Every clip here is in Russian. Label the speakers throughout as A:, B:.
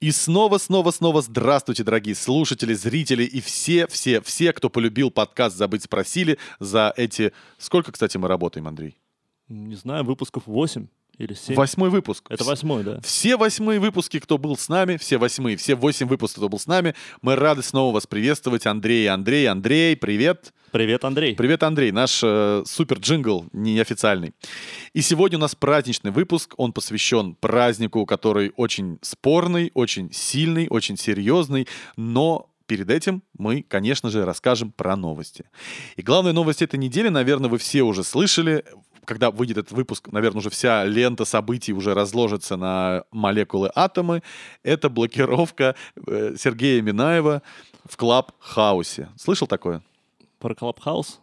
A: И снова, снова, снова здравствуйте, дорогие слушатели, зрители и все, все, все, кто полюбил подкаст «Забыть спросили» за эти... Сколько, кстати, мы работаем, Андрей?
B: Не знаю, выпусков 8 или 7.
A: Восьмой выпуск.
B: Это восьмой, да.
A: Все восьмые выпуски, кто был с нами, все восьмые, все восемь выпусков, кто был с нами, мы рады снова вас приветствовать. Андрей, Андрей, Андрей, привет.
B: Привет, Андрей.
A: Привет, Андрей, наш э, супер джингл неофициальный. И сегодня у нас праздничный выпуск, он посвящен празднику, который очень спорный, очень сильный, очень серьезный, но перед этим мы, конечно же, расскажем про новости. И главная новость этой недели, наверное, вы все уже слышали. Когда выйдет этот выпуск, наверное, уже вся лента событий уже разложится на молекулы атомы. Это блокировка э, Сергея Минаева в Клабхаусе. Слышал такое?
B: Про Клабхаус?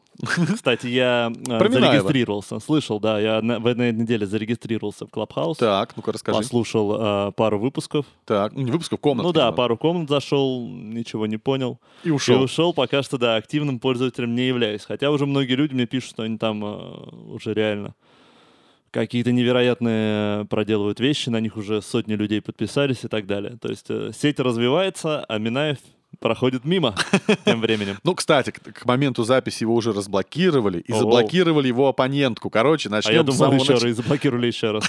B: Кстати, я э,
A: Про Минаева.
B: зарегистрировался. Слышал, да, я на, в этой неделе зарегистрировался в Клабхаус.
A: Так, ну-ка расскажи.
B: Послушал э, пару выпусков.
A: Так, ну, не выпусков, комнат.
B: ну да,
A: наверное.
B: пару комнат зашел, ничего не понял.
A: И ушел.
B: И ушел, пока что, да, активным пользователем не являюсь. Хотя уже многие люди мне пишут, что они там э, уже реально какие-то невероятные э, проделывают вещи, на них уже сотни людей подписались и так далее. То есть э, сеть развивается, а Минаев проходит мимо тем временем.
A: Ну, кстати, к, к моменту записи его уже разблокировали и
B: Оу.
A: заблокировали его оппонентку. Короче,
B: А я
A: начнем с
B: думал,
A: самого
B: еще
A: нач-
B: раз, и заблокировали еще раз.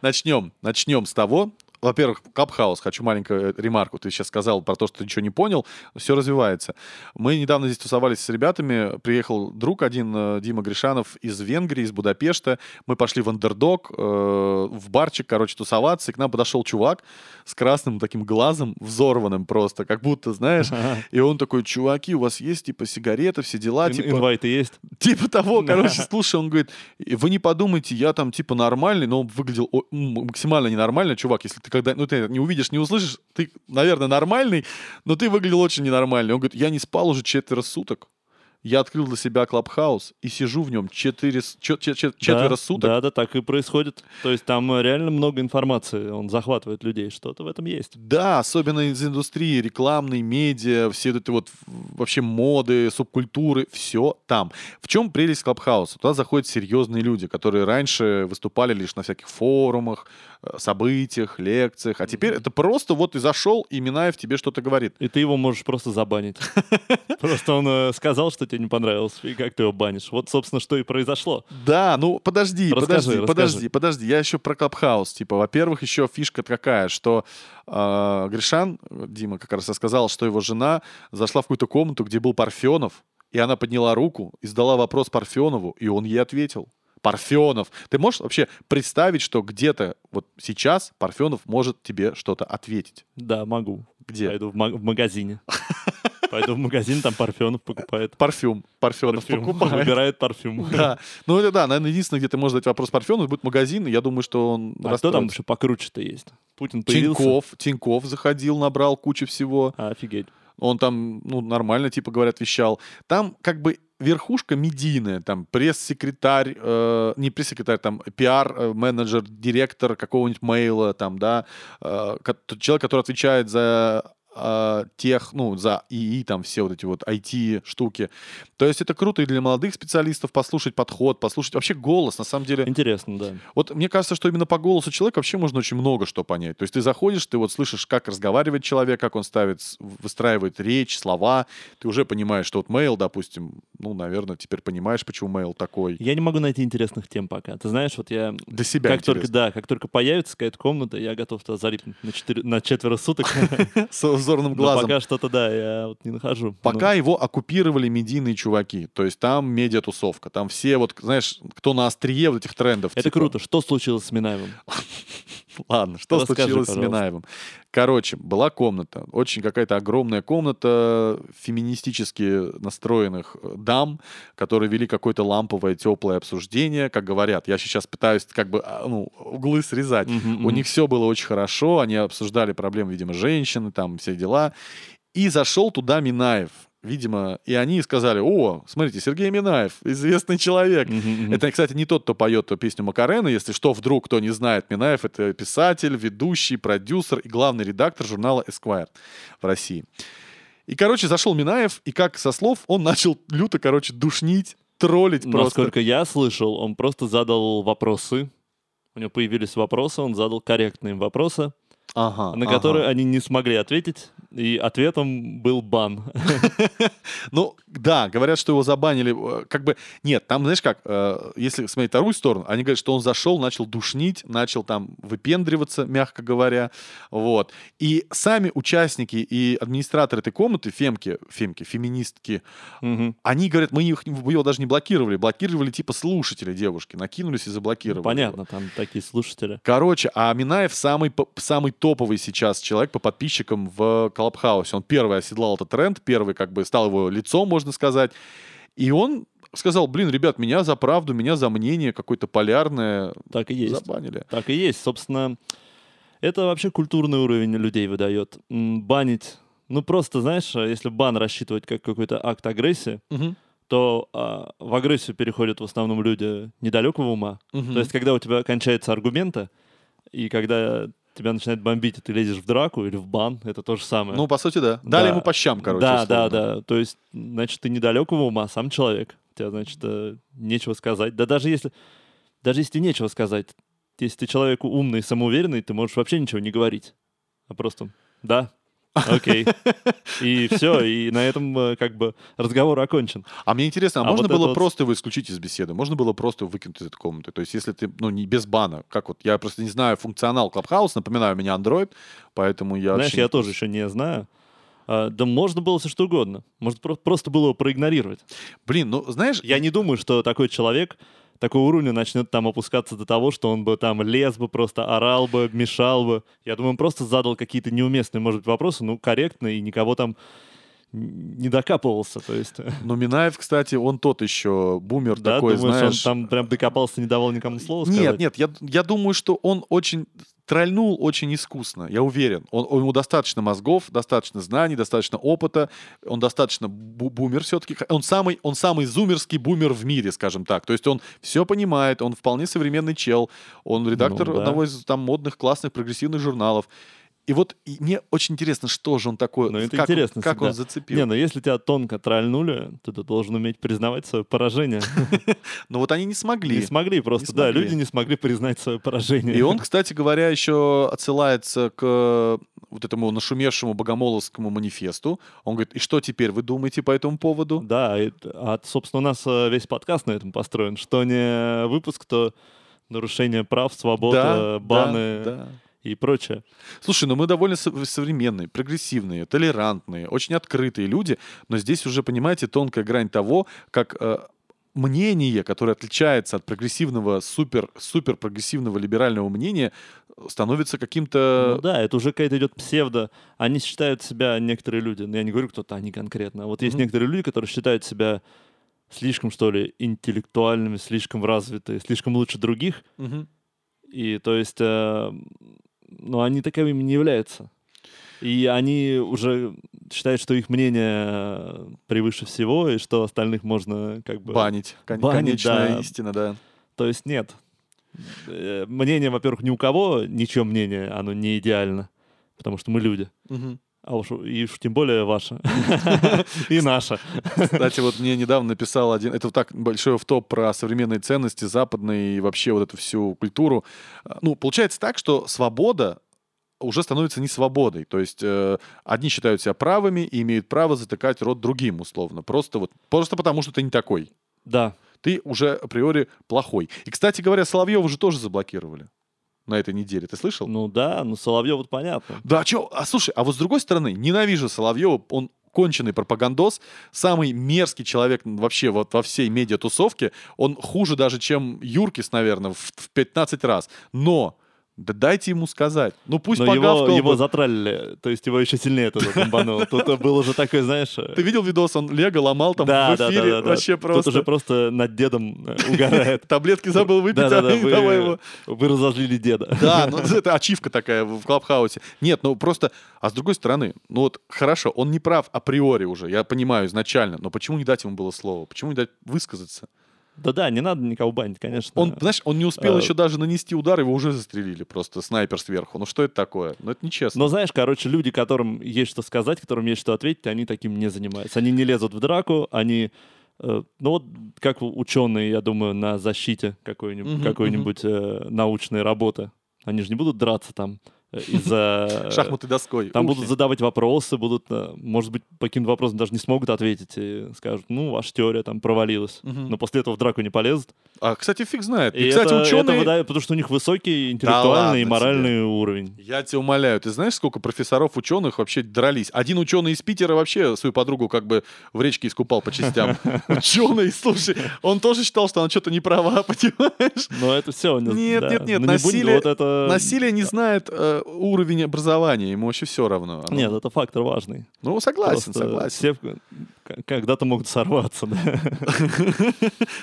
A: Начнем. Начнем с того. Во-первых, Капхаус, хочу маленькую э, ремарку. Ты сейчас сказал про то, что ты ничего не понял. Все развивается. Мы недавно здесь тусовались с ребятами. Приехал друг один, э, Дима Гришанов, из Венгрии, из Будапешта. Мы пошли в андердог, э, в барчик, короче, тусоваться. И к нам подошел чувак с красным таким глазом, взорванным просто, как будто, знаешь. И он такой, чуваки, у вас есть, типа, сигареты, все дела.
B: Ин-
A: типа,
B: Инвайты есть.
A: Типа того, короче, слушай, он говорит, «И вы не подумайте, я там типа нормальный, но он выглядел о- м, максимально ненормально, чувак, если ты когда, ну ты не увидишь, не услышишь, ты, наверное, нормальный, но ты выглядел очень ненормальный. Он говорит, я не спал уже четверо суток, я открыл для себя клабхаус и сижу в нем четыре, с- чет- чет- чет- четверо
B: Да,
A: суток.
B: Да, да, так и происходит. То есть там э, реально много информации, он захватывает людей, что-то в этом есть.
A: Да, особенно из индустрии рекламной, медиа, все вот эти вот в- вообще моды, субкультуры, все там. В чем прелесть Клабхауса? Туда заходят серьезные люди, которые раньше выступали лишь на всяких форумах, э, событиях, лекциях, а теперь это просто вот ты зашел, и Минаев тебе что-то говорит.
B: И ты его можешь просто забанить. Просто он э, сказал, что тебе не понравилось, и как ты его банишь. Вот, собственно, что и произошло.
A: Да, ну подожди,
B: Расскажи,
A: подожди,
B: расскажи.
A: подожди, подожди. Я еще про Клабхаус. Типа, во-первых, еще фишка такая, что э, Гришан, э, Дима как раз рассказал, что его жена зашла в какую-то комнату, где был Парфенов, и она подняла руку и задала вопрос Парфенову, и он ей ответил. Парфенов. Ты можешь вообще представить, что где-то вот сейчас Парфенов может тебе что-то ответить?
B: Да, могу.
A: Где?
B: Пойду в, маг- в магазине. Пойду в магазин, там парфенов покупает.
A: Парфюм. Парфенов
B: Парфюм.
A: покупает.
B: Выбирает парфюм.
A: Да. Ну, это да, наверное, единственное, где ты можешь задать вопрос Парфенову, будет магазин, и я думаю, что он
B: А кто там
A: расстроится.
B: еще покруче-то есть? Путин появился?
A: Тиньков, Тиньков заходил, набрал кучу всего.
B: А, Офигеть.
A: Он там, ну, нормально, типа говорят, вещал. Там как бы верхушка медийная, там пресс-секретарь, э, не пресс-секретарь, там пиар-менеджер, директор какого-нибудь мейла, там, да, э, ко- тот человек, который отвечает за э, тех, ну, за ИИ, там все вот эти вот IT-штуки. То есть это круто и для молодых специалистов послушать подход, послушать вообще голос, на самом деле.
B: Интересно, да.
A: Вот мне кажется, что именно по голосу человека вообще можно очень много что понять. То есть ты заходишь, ты вот слышишь, как разговаривает человек, как он ставит, с- выстраивает речь, слова. Ты уже понимаешь, что вот мейл, допустим, ну, наверное, теперь понимаешь, почему мейл такой.
B: Я не могу найти интересных тем пока. Ты знаешь, вот я
A: Для себя
B: как только,
A: интересно.
B: да, как только появится какая-то комната, я готов туда залипнуть на, четыре- на четверо суток.
A: С узорным
B: Но
A: глазом.
B: пока что-то, да, я вот не нахожу. Ну,
A: Пока его оккупировали медийные чуваки. То есть там медиатусовка. Там все вот, знаешь, кто на острие вот этих трендов.
B: Ну, это
A: типа.
B: круто. Что случилось с Минаевым?
A: Ладно, что
B: Расскажи,
A: случилось с
B: пожалуйста.
A: Минаевым? Короче, была комната, очень какая-то огромная комната феминистически настроенных э, дам, которые вели какое-то ламповое теплое обсуждение, как говорят. Я сейчас пытаюсь как бы а, ну, углы срезать.
B: Мгм,
A: У
B: мгм.
A: них все было очень хорошо, они обсуждали проблемы, видимо, женщины, там все дела. И зашел туда Минаев, видимо, и они сказали, о, смотрите, Сергей Минаев, известный человек.
B: Мгм, мгм.
A: Это, кстати, не тот, кто поет эту песню Макарена, если что, вдруг кто не знает, Минаев — это писатель, ведущий, продюсер и главный редактор журнала Esquire в России. И, короче, зашел Минаев, и как со слов, он начал люто, короче, душнить, троллить просто.
B: Насколько я слышал, он просто задал вопросы. У него появились вопросы, он задал корректные вопросы.
A: Ага,
B: на
A: ага.
B: которые они не смогли ответить, и ответом был бан.
A: Ну, да, говорят, что его забанили. э, Как бы, нет, там, знаешь как, э, если смотреть вторую сторону, они говорят, что он зашел, начал душнить, начал там выпендриваться, мягко говоря. Вот. И сами участники и администратор этой комнаты, фемки, фемки, феминистки,
B: Мгм.
A: они говорят, мы их- мы его даже не блокировали, блокировали типа слушатели девушки, накинулись и заблокировали. его.
B: Ну, Понятно, там такие слушатели.
A: Короче, а Минаев самый, п- самый топовый сейчас человек по подписчикам в Клабхаусе. Он первый оседлал этот тренд, первый как бы стал его лицом, можно сказать. И он сказал, блин, ребят, меня за правду, меня за мнение какое-то полярное
B: Так и есть.
A: забанили.
B: Так и есть. Собственно, это вообще культурный уровень людей выдает. М, Банить. Ну, просто, знаешь, если бан рассчитывать как какой-то акт агрессии,
A: Мгм.
B: то а, в агрессию переходят в основном люди недалекого ума.
A: Мгм.
B: То есть, когда у тебя кончаются аргументы, и когда тебя начинает бомбить, и ты лезешь в драку или в бан, это то же самое.
A: Ну, по сути, да. Дали
B: Да.
A: ему по щам, короче.
B: Да,
A: условно.
B: да, да. То есть, значит, ты недалекого ума, а сам человек. Тебя, значит, э, нечего сказать. Да даже если... Даже если нечего сказать, если ты человек умный, самоуверенный, ты можешь вообще ничего не говорить. А просто «да», «окей». И все, и на этом э, как бы разговор окончен.
A: А мне интересно, а,
B: А
A: можно
B: вот это
A: было
B: вот-
A: просто его исключить из беседы? Можно было просто выкинуть из этой комнаты? То есть, если ты, ну, не без бана, как вот, я просто не знаю функционал Клабхаус, напоминаю, у меня Android, поэтому я...
B: Знаешь,
A: вообще
B: я
A: не-
B: тоже еще не знаю. А, Да можно было все что угодно. Может, про- просто было его проигнорировать.
A: Блин, ну, знаешь...
B: Я не думаю, что такой человек такого уровня начнет там опускаться до того, что он бы там лез бы, просто орал бы, мешал бы. Я думаю, он просто задал какие-то неуместные, может быть, вопросы, ну, корректные, и никого там н- не докапывался, то есть...
A: Ну, Минаев, кстати, он тот еще бумер
B: Да,
A: такой,
B: думаешь,
A: знаешь. э,
B: он там прям докопался, не давал никому слова сказать?
A: Нет, нет, я, я думаю, что он очень трольнул очень искусно, я уверен. Он, у него достаточно мозгов, достаточно знаний, достаточно опыта, он достаточно бу- бумер все-таки. Он самый, он самый зумерский бумер в мире, скажем так. То есть он все понимает, он вполне современный чел, он редактор
B: Ну да.
A: одного из там модных, классных, прогрессивных журналов. И вот и мне очень интересно, что же он такое,
B: Ну, это
A: как, он-
B: интересно
A: как он
B: всегда.
A: зацепил.
B: Не, ну если тебя тонко тральнули, то ты должен уметь признавать свое поражение.
A: Но вот они не смогли.
B: Не смогли просто,
A: Не
B: да,
A: смогли.
B: люди не смогли признать свое поражение.
A: И он, кстати говоря, еще отсылается к э, вот этому нашумевшему богомоловскому манифесту. Он говорит, и что теперь вы думаете по этому поводу?
B: Да, и- а, собственно, у нас э, весь подкаст на этом построен. Что не выпуск, то нарушение прав, свобод,
A: Да,
B: э, баны
A: да, да.
B: и прочее.
A: Слушай, ну мы довольно со- современные, прогрессивные, толерантные, очень открытые люди, но здесь уже, понимаете, тонкая грань того, как э, мнение, которое отличается от прогрессивного, супер, супер прогрессивного либерального мнения, э, становится каким-то...
B: Ну да, это уже какая-то идет псевдо. Они считают себя, некоторые люди, ну я не говорю кто-то, они конкретно. А Вот есть
A: Мгм.
B: некоторые люди, которые считают себя слишком, что ли, интеллектуальными, слишком развитые, слишком лучше других.
A: Мгм.
B: И то есть, э, ну они таковыми не являются. И они уже считают, что их мнение э, превыше всего, и что остальных можно как бы...
A: Банить. Кон-
B: Банить,
A: Конечная
B: да.
A: истина, да.
B: То есть нет. Э, Мнение, во-первых, ни у кого, ничье мнение, оно не идеально, потому что мы люди.
A: Мгм.
B: А уж, и уж тем более ваше. И наше.
A: Кстати, вот мне недавно написал один, это вот так большой в топ про современные ценности, западные и вообще вот эту всю культуру. А, Ну, получается так, что свобода уже становится не свободой. То есть э, одни считают себя правыми и имеют право затыкать рот другим, условно. Просто вот просто потому, что ты не такой.
B: Да.
A: Ты уже априори плохой. И, кстати говоря, Соловьева же тоже заблокировали на этой неделе. Ты слышал?
B: Ну да, ну Соловьев вот понятно.
A: Да, чё? А слушай, а вот с другой стороны, ненавижу Соловьева, он конченый пропагандос, самый мерзкий человек вообще вот во всей медиатусовке, он хуже даже, чем Юркис, наверное, в, в 15 раз. Но да дайте ему сказать. Ну пусть
B: Но его,
A: погавкал
B: его
A: бы.
B: затралили, то есть его еще сильнее туда бомбануло. Тут был уже такой, знаешь... э,
A: Ты видел видос, он лего ломал там
B: да,
A: в эфире, вообще просто.
B: Тут уже просто над дедом э, угорает.
A: Таблетки забыл выпить, а
B: Да-да-да,
A: они давай его.
B: вы, вы разозлили деда.
A: Да, ну это ачивка такая в в Клабхаусе. Нет, ну просто... А с другой стороны, ну вот хорошо, он не прав априори уже, я понимаю изначально, но почему не дать ему было слово? Почему не дать высказаться?
B: Да-да, не надо никого банить, конечно.
A: Он, знаешь, он не успел
B: Э,
A: еще даже нанести удар, его уже застрелили просто снайпер сверху. Ну что это такое? Ну это нечестно.
B: Но знаешь, короче, люди, которым есть что сказать, которым есть что ответить, они таким не занимаются. Они не лезут в драку, они... э, Ну вот как ученые, я думаю, на защите какой-нибудь,
A: Мгм,
B: какой-нибудь э, научной работы. Они же не будут драться там э, из-за...
A: Шахматы доской.
B: Там
A: Ух
B: будут
A: ты.
B: задавать вопросы, будут, э, может быть, по каким-то вопросам даже не смогут ответить и скажут, ну, ваша теория там провалилась.
A: Мгм.
B: Но после этого в драку не полезут.
A: А, кстати, фиг знает. И,
B: Ну, И
A: кстати,
B: это- это
A: ученые...
B: выдает, потому что у них высокий интеллектуальный и
A: ладно
B: моральный уровень.
A: Я тебя умоляю, ты знаешь, сколько профессоров, ученых вообще дрались? Один ученый из Питера вообще свою подругу как бы в речке искупал по частям. Ученый, слушай, он тоже считал, что она что-то не права, понимаешь?
B: Но это все.
A: Нет, нет, нет, насилие-
B: ну, вот это...
A: Насилие не знает э, уровень образования, ему вообще все равно. Оно-
B: Нет, это фактор важный.
A: Ну, согласен,
B: Просто
A: согласен.
B: Все в- к- когда-то могут сорваться, да.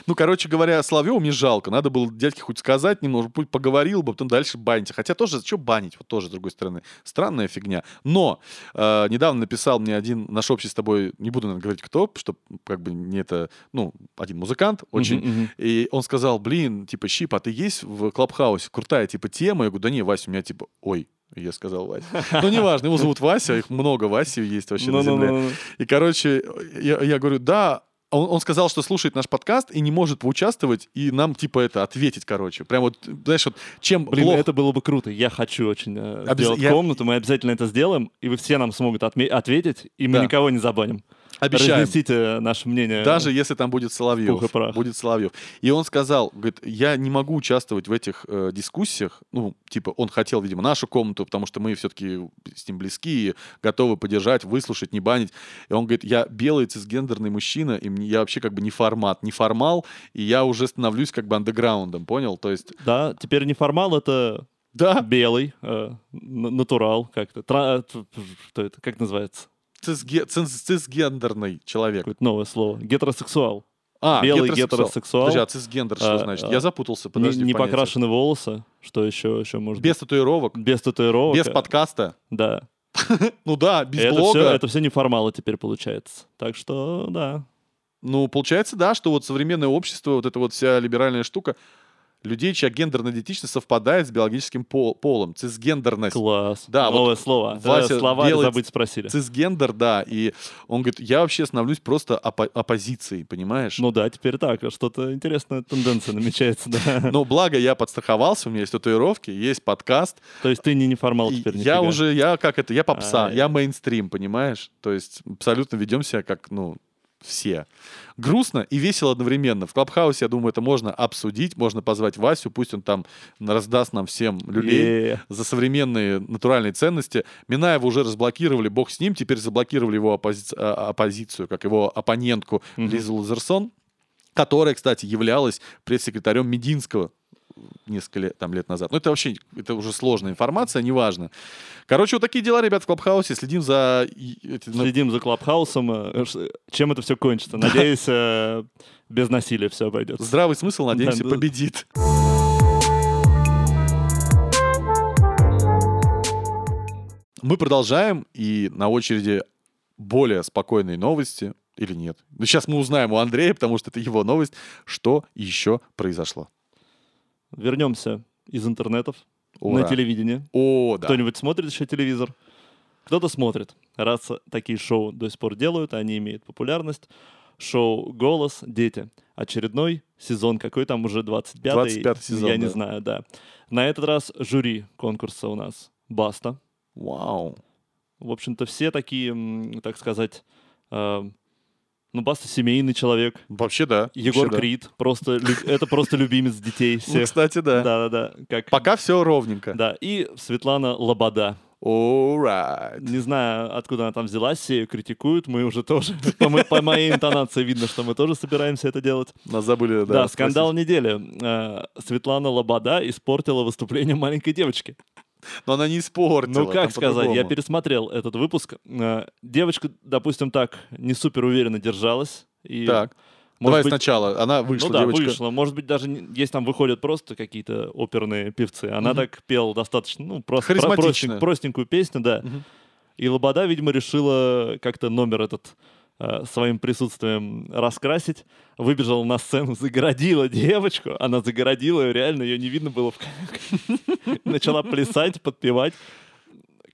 A: Ну, короче говоря, Соловьеву мне жалко. Надо было дядьке хоть сказать немножко, пусть поговорил бы, а потом дальше банить. Хотя тоже, что банить? Вот тоже, с другой стороны, странная фигня. Но э, недавно написал мне один наш общий с тобой, не буду, наверное, говорить кто, чтобы как бы не это, ну, один музыкант очень...
B: Мгм, мгм.
A: И он сказал, блин, типа, Щип, а ты есть в Клабхаусе? Крутая, типа, тема. Я говорю, да не, Вася, у меня, типа, ой, я сказал Вася. Ну, неважно, его зовут Вася, их много Васей есть вообще
B: Ну,
A: на земле.
B: Ну-ну-ну.
A: И, короче, я, я говорю, да, А он, он сказал, что слушает наш подкаст и не может поучаствовать, и нам, типа, это, ответить, короче. Прям вот, знаешь, вот чем
B: Блин,
A: плохо-
B: это было бы круто. Я хочу очень э,
A: Обяз-
B: сделать
A: я-
B: комнату, мы обязательно это сделаем, и вы все нам смогут отме- ответить, и мы
A: Да.
B: никого не забаним.
A: обещаем.
B: Разнесите наше мнение.
A: Даже если там будет Соловьев.
B: э, Пух и прах.
A: Будет Соловьев. И он сказал, говорит, я не могу участвовать в этих э, дискуссиях. Ну, типа, он хотел, видимо, нашу комнату, потому что мы все-таки с ним близки и готовы поддержать, выслушать, не банить. И он говорит, я белый цисгендерный мужчина, и мне, я вообще как бы не формат, не формал, и я уже становлюсь как бы андеграундом, понял? То есть,
B: Да, теперь неформал — это
A: да,
B: белый, э, н- натурал как-то. Тра- т- Что это? Как называется?
A: цисге- цис- цисгендерный человек.
B: Какое-то новое слово. Гетеросексуал.
A: А,
B: белый гетеросексуал.
A: Подожди, а цисгендер что
B: А,
A: значит?
B: а,
A: Я запутался,
B: Не,
A: подожди. в
B: не
A: понятиях.
B: покрашены волосы. Что еще, еще может
A: Без татуировок,
B: быть? Без татуировок.
A: без подкаста.
B: Да.
A: Ну да, без
B: это
A: блога.
B: Все, это все неформалы теперь получается. Так что, да.
A: Ну, получается, да, что вот современное общество, вот эта вот вся либеральная штука, людей, чья гендерная идентичность совпадает с биологическим пол- полом, цисгендерность.
B: Класс.
A: Да, вот
B: Новое слово. Это
A: Вася
B: слова
A: делает-
B: забыть спросили.
A: Цисгендер, да, и он говорит, я вообще становлюсь просто опо- оппозицией, понимаешь?
B: Ну да, теперь так. Что-то интересная тенденция намечается, да.
A: Но благо я подстраховался, у меня есть татуировки, есть подкаст.
B: То есть ты не неформал
A: и
B: теперь
A: я
B: нифига. А,
A: уже, я как это, я попса,
B: Ай.
A: я мейнстрим, понимаешь? То есть абсолютно ведем себя как, ну, все. Грустно и весело одновременно. В Клабхаусе, я думаю, это можно обсудить, можно позвать Васю, пусть он там раздаст нам всем люлей.
B: Е-е.
A: за современные натуральные ценности. Минаева уже разблокировали, бог с ним, теперь заблокировали его оппози- а, оппозицию, как его оппонентку
B: Мгм.
A: Лизу Лазерсон, которая, кстати, являлась пресс-секретарем Мединского несколько лет, там, лет назад. Ну, это вообще это уже сложная информация, неважно. Короче, вот такие дела, ребят, в Клабхаусе. Следим за... и- эти- ну,
B: Следим за Клабхаусом. э, ш- Чем это все кончится? Надеюсь, э, без насилия все обойдется.
A: Здравый смысл, надеемся,
B: да.
A: победит. Мы продолжаем, и на очереди более спокойные новости или нет. Ну, сейчас мы узнаем у Андрея, потому что это его новость, что еще произошло.
B: Вернемся из интернетов
A: Ура.
B: на телевидение.
A: О, да.
B: Кто-нибудь смотрит еще телевизор? Кто-то смотрит. Раз такие шоу до сих пор делают, они имеют популярность. Шоу «Голос. Дети». Очередной сезон, какой там уже 25-й?
A: 25-й сезон,
B: Я не
A: да.
B: знаю, да. На этот раз жюри конкурса у нас «Баста».
A: Вау.
B: В общем-то, все такие, м, так сказать, э, ну, Баста семейный человек.
A: Вообще да.
B: Егор
A: Вообще да.
B: Крид, просто, лю- это просто любимец детей
A: Ну,
B: всех.
A: кстати, да.
B: Да-да-да. Как...
A: Пока все ровненько.
B: Да, и Светлана Лобода.
A: Alright.
B: Не знаю, откуда она там взялась, все ее критикуют, мы уже тоже, по, мо- по моей интонации видно, что мы тоже собираемся это делать.
A: Нас забыли,
B: Да,
A: да.
B: скандал недели. Э, Светлана Лобода испортила выступление маленькой девочки.
A: спросить. Но она не испортила.
B: Ну, как
A: а там
B: сказать, я
A: по-другому.
B: пересмотрел этот выпуск. Э, Девочка, допустим, так, не супер уверенно держалась. И,
A: Так,
B: может
A: давай
B: быть,
A: сначала. Она вышла,
B: ну да,
A: девочка.
B: вышла. Может быть, даже не- есть там выходят просто какие-то оперные певцы. Она
A: Мгм.
B: так пела достаточно, ну, просто про-
A: Харизматично.
B: простень- простенькую песню, да.
A: Мгм.
B: И Лобода, видимо, решила как-то номер этот э, своим присутствием раскрасить, выбежала на сцену, загородила девочку, она загородила ее, реально ее не видно было, в камере. начала плясать, подпевать.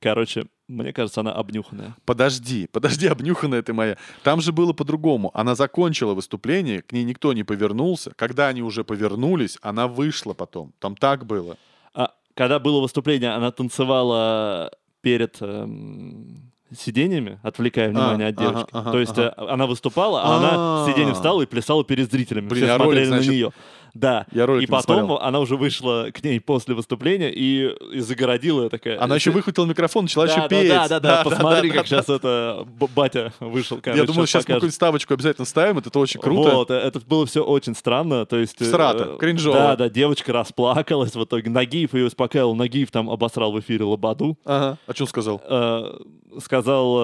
B: Короче, мне кажется, она обнюханная.
A: Подожди, подожди, обнюханная ты моя. Там же было по-другому. Она закончила выступление, к ней никто не повернулся. Когда они уже повернулись, она вышла потом. Там так было.
B: А, Когда было выступление, она танцевала перед эм, сиденьями, отвлекая внимание от
A: А, ага,
B: девочки.
A: ага,
B: То есть э, она выступала, а она с сиденья
A: А.
B: встала и плясала перед зрителями.
A: Блин,
B: Все
A: а ролик,
B: смотрели на
A: значит,
B: нее. Да.
A: Я ролик
B: И
A: не смотрел.
B: потом она уже вышла к ней после выступления и, и загородила её такая.
A: Она еще
B: э, «Ты-
A: выхватила микрофон, начала
B: да,
A: еще
B: да,
A: петь.
B: Да, да, да, посмотри,
A: да,
B: как
A: да.
B: сейчас это б- батя вышел. короче,
A: Я думаю, сейчас мы
B: покажет.
A: какую-нибудь ставочку обязательно ставим, это очень круто.
B: Вот, э, это было все очень странно, то есть... э,
A: Срато,
B: э,
A: кринжово.
B: Да, да, девочка расплакалась в итоге. Нагиев ее успокаивал, Нагиев там обосрал в эфире Лободу.
A: Ага. А что сказал?
B: Э, сказал,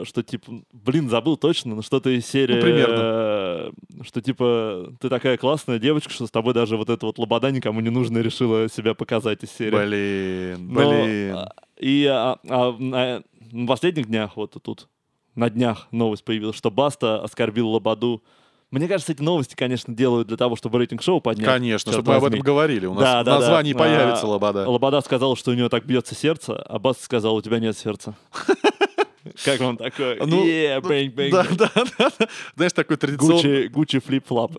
B: э, что типа, блин, забыл точно, но что-то из серии...
A: Ну, примерно.
B: э, Что типа, ты такая классная девочка, что с тобой даже вот эта вот Лобода никому не нужно решила себя показать из серии.
A: Блин,
B: Но,
A: блин.
B: а, И а, а, на на последних днях, вот тут, на днях новость появилась, что Баста оскорбил Лободу. Мне кажется, эти новости, конечно, делают для того, чтобы рейтинг шоу поднять.
A: Конечно,
B: ну, э, Чёрт
A: чтобы мы об
B: возьми.
A: этом говорили. У
B: Да,
A: нас в
B: да, да.
A: названии
B: А,
A: появится лобода.
B: Лобода сказал, что у него так бьется сердце, а Баста сказал, у тебя нет сердца. Как вам такое?
A: Ну,
B: Yeah, bang, bang,
A: Да,
B: bang.
A: да, да, да. Знаешь, такой традиционный...
B: Гуччи, Гуччи флип-флап.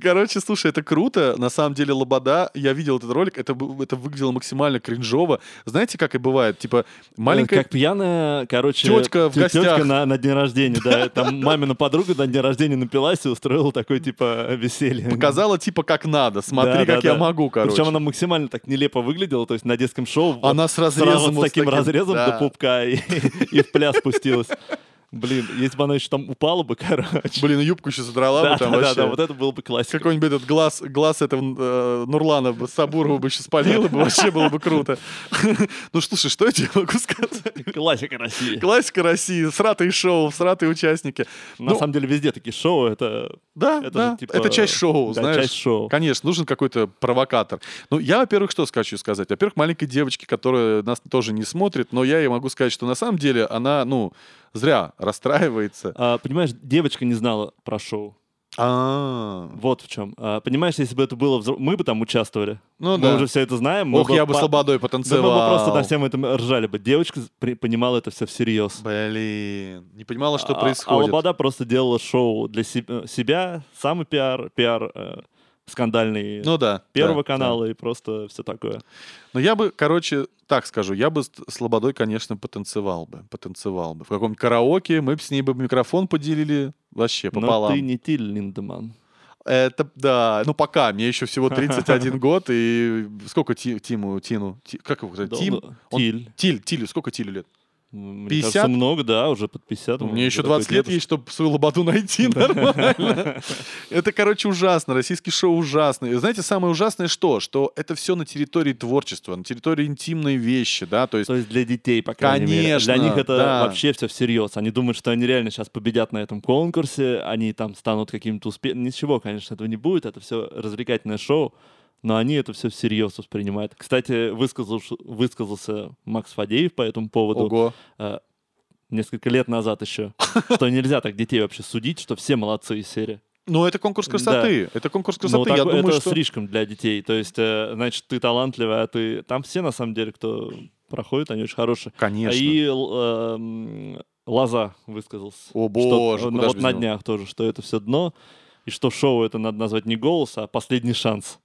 A: Короче, слушай, это круто. На самом деле, Лобода, я видел этот ролик, это, бу- это выглядело максимально кринжово. Знаете, как и бывает? Типа, маленькая...
B: Как пьяная, короче...
A: Тётка в
B: тё- тётка
A: гостях.
B: на, на день рождения, да. Там мамина подруга на день рождения напилась и устроила такое, типа, веселье.
A: Показала, типа, как надо. Смотри,
B: Да, да,
A: как я
B: да.
A: могу, короче.
B: Причем она максимально так нелепо выглядела, то есть на детском шоу вот
A: Она с
B: сразу
A: разрезом.
B: с
A: вот
B: таким, разрезом
A: да.
B: до пупка и, и в пляс спустилась. Блин, если бы она еще там упала бы, короче.
A: Блин, и юбку еще задрала бы
B: да,
A: там
B: да,
A: вообще.
B: да, вот это было бы классика.
A: Какой-нибудь этот глаз, глаз этого э, Нурлана бы, Сабурова бы еще спалила бы, вообще было бы круто. Ну, слушай, что я тебе могу сказать?
B: Классика России.
A: Классика России, сратые шоу, сратые участники.
B: На
A: Ну,
B: самом деле везде такие шоу, это,
A: Да,
B: это
A: да.
B: же типа...
A: это часть шоу,
B: да,
A: знаешь.
B: часть шоу.
A: Конечно, нужен какой-то провокатор. Ну, я, во-первых, что хочу сказать? Во-первых, маленькой девочке, которая нас тоже не смотрит, но я ей могу сказать, что на самом деле она, ну, зря расстраивается.
B: А, понимаешь, девочка не знала про шоу.
A: А,
B: Вот в чем. А, понимаешь, если бы это было... взро- Мы бы там участвовали.
A: ну
B: мы
A: да.
B: уже все это знаем. мы
A: Ох, я бы
B: по-
A: с Лободой
B: Да мы
A: потанцевал.
B: бы просто на всем этом ржали бы. Девочка с- при- понимала это все всерьез.
A: Блин, не понимала, что
B: А- А
A: происходит.
B: Лобода просто делала шоу для се- э, себя, самый пиар, пиар э, скандальный
A: Ну да.
B: Первого
A: да,
B: канала и просто все такое.
A: да. Но я бы, короче, так скажу, я бы с с Лободой, конечно, потанцевал бы. Потанцевал бы. В каком-нибудь караоке мы бы с ней бы микрофон поделили вообще
B: Но
A: пополам.
B: ты не Тиль Линдеман.
A: Это, да, ну пока, мне еще всего 31 год, и сколько Ти- Тиму, Тину, Ти- как его, зовут?
B: Да,
A: Тим?
B: да,
A: он-
B: Тиль.
A: Тиль, Тилю, сколько Тилю лет?
B: Мне
A: 50?
B: кажется, много, да, уже под 50. он
A: Мне
B: уже
A: еще
B: такой
A: 20 лет
B: дедушка.
A: есть, чтобы свою лободу найти нормально. Это, короче, ужасно. Российские шоу ужасно. И знаете, самое ужасное что? Что это все на территории творчества, на территории интимной вещи, да, то есть...
B: То есть для детей, по крайней мере.
A: Конечно,
B: Для них это
A: да.
B: вообще все всерьез. Они думают, что они реально сейчас победят на этом конкурсе, они там станут каким-то успешным. Ничего, конечно, этого не будет, это все развлекательное шоу, но они это все всерьез воспринимают. Кстати, высказался, высказался Макс Фадеев по этому поводу
A: Ого.
B: э, несколько лет назад еще, что нельзя так детей вообще судить, что все молодцы из серии.
A: Ну, это конкурс
B: Да.
A: красоты. Это конкурс
B: Ну,
A: красоты,
B: так-
A: я думаю,
B: это
A: что...
B: слишком для детей. То есть, э, значит, ты талантливая, а ты... Там все, на самом деле, кто проходит, они очень хорошие. А
A: Конечно.
B: И л- эм, Лоза высказался.
A: О,
B: Что-
A: боже,
B: э,
A: куда
B: ну,
A: ж
B: Вот
A: без
B: на
A: него.
B: днях тоже, что это все дно. И что шоу это надо назвать не голос, а последний шанс.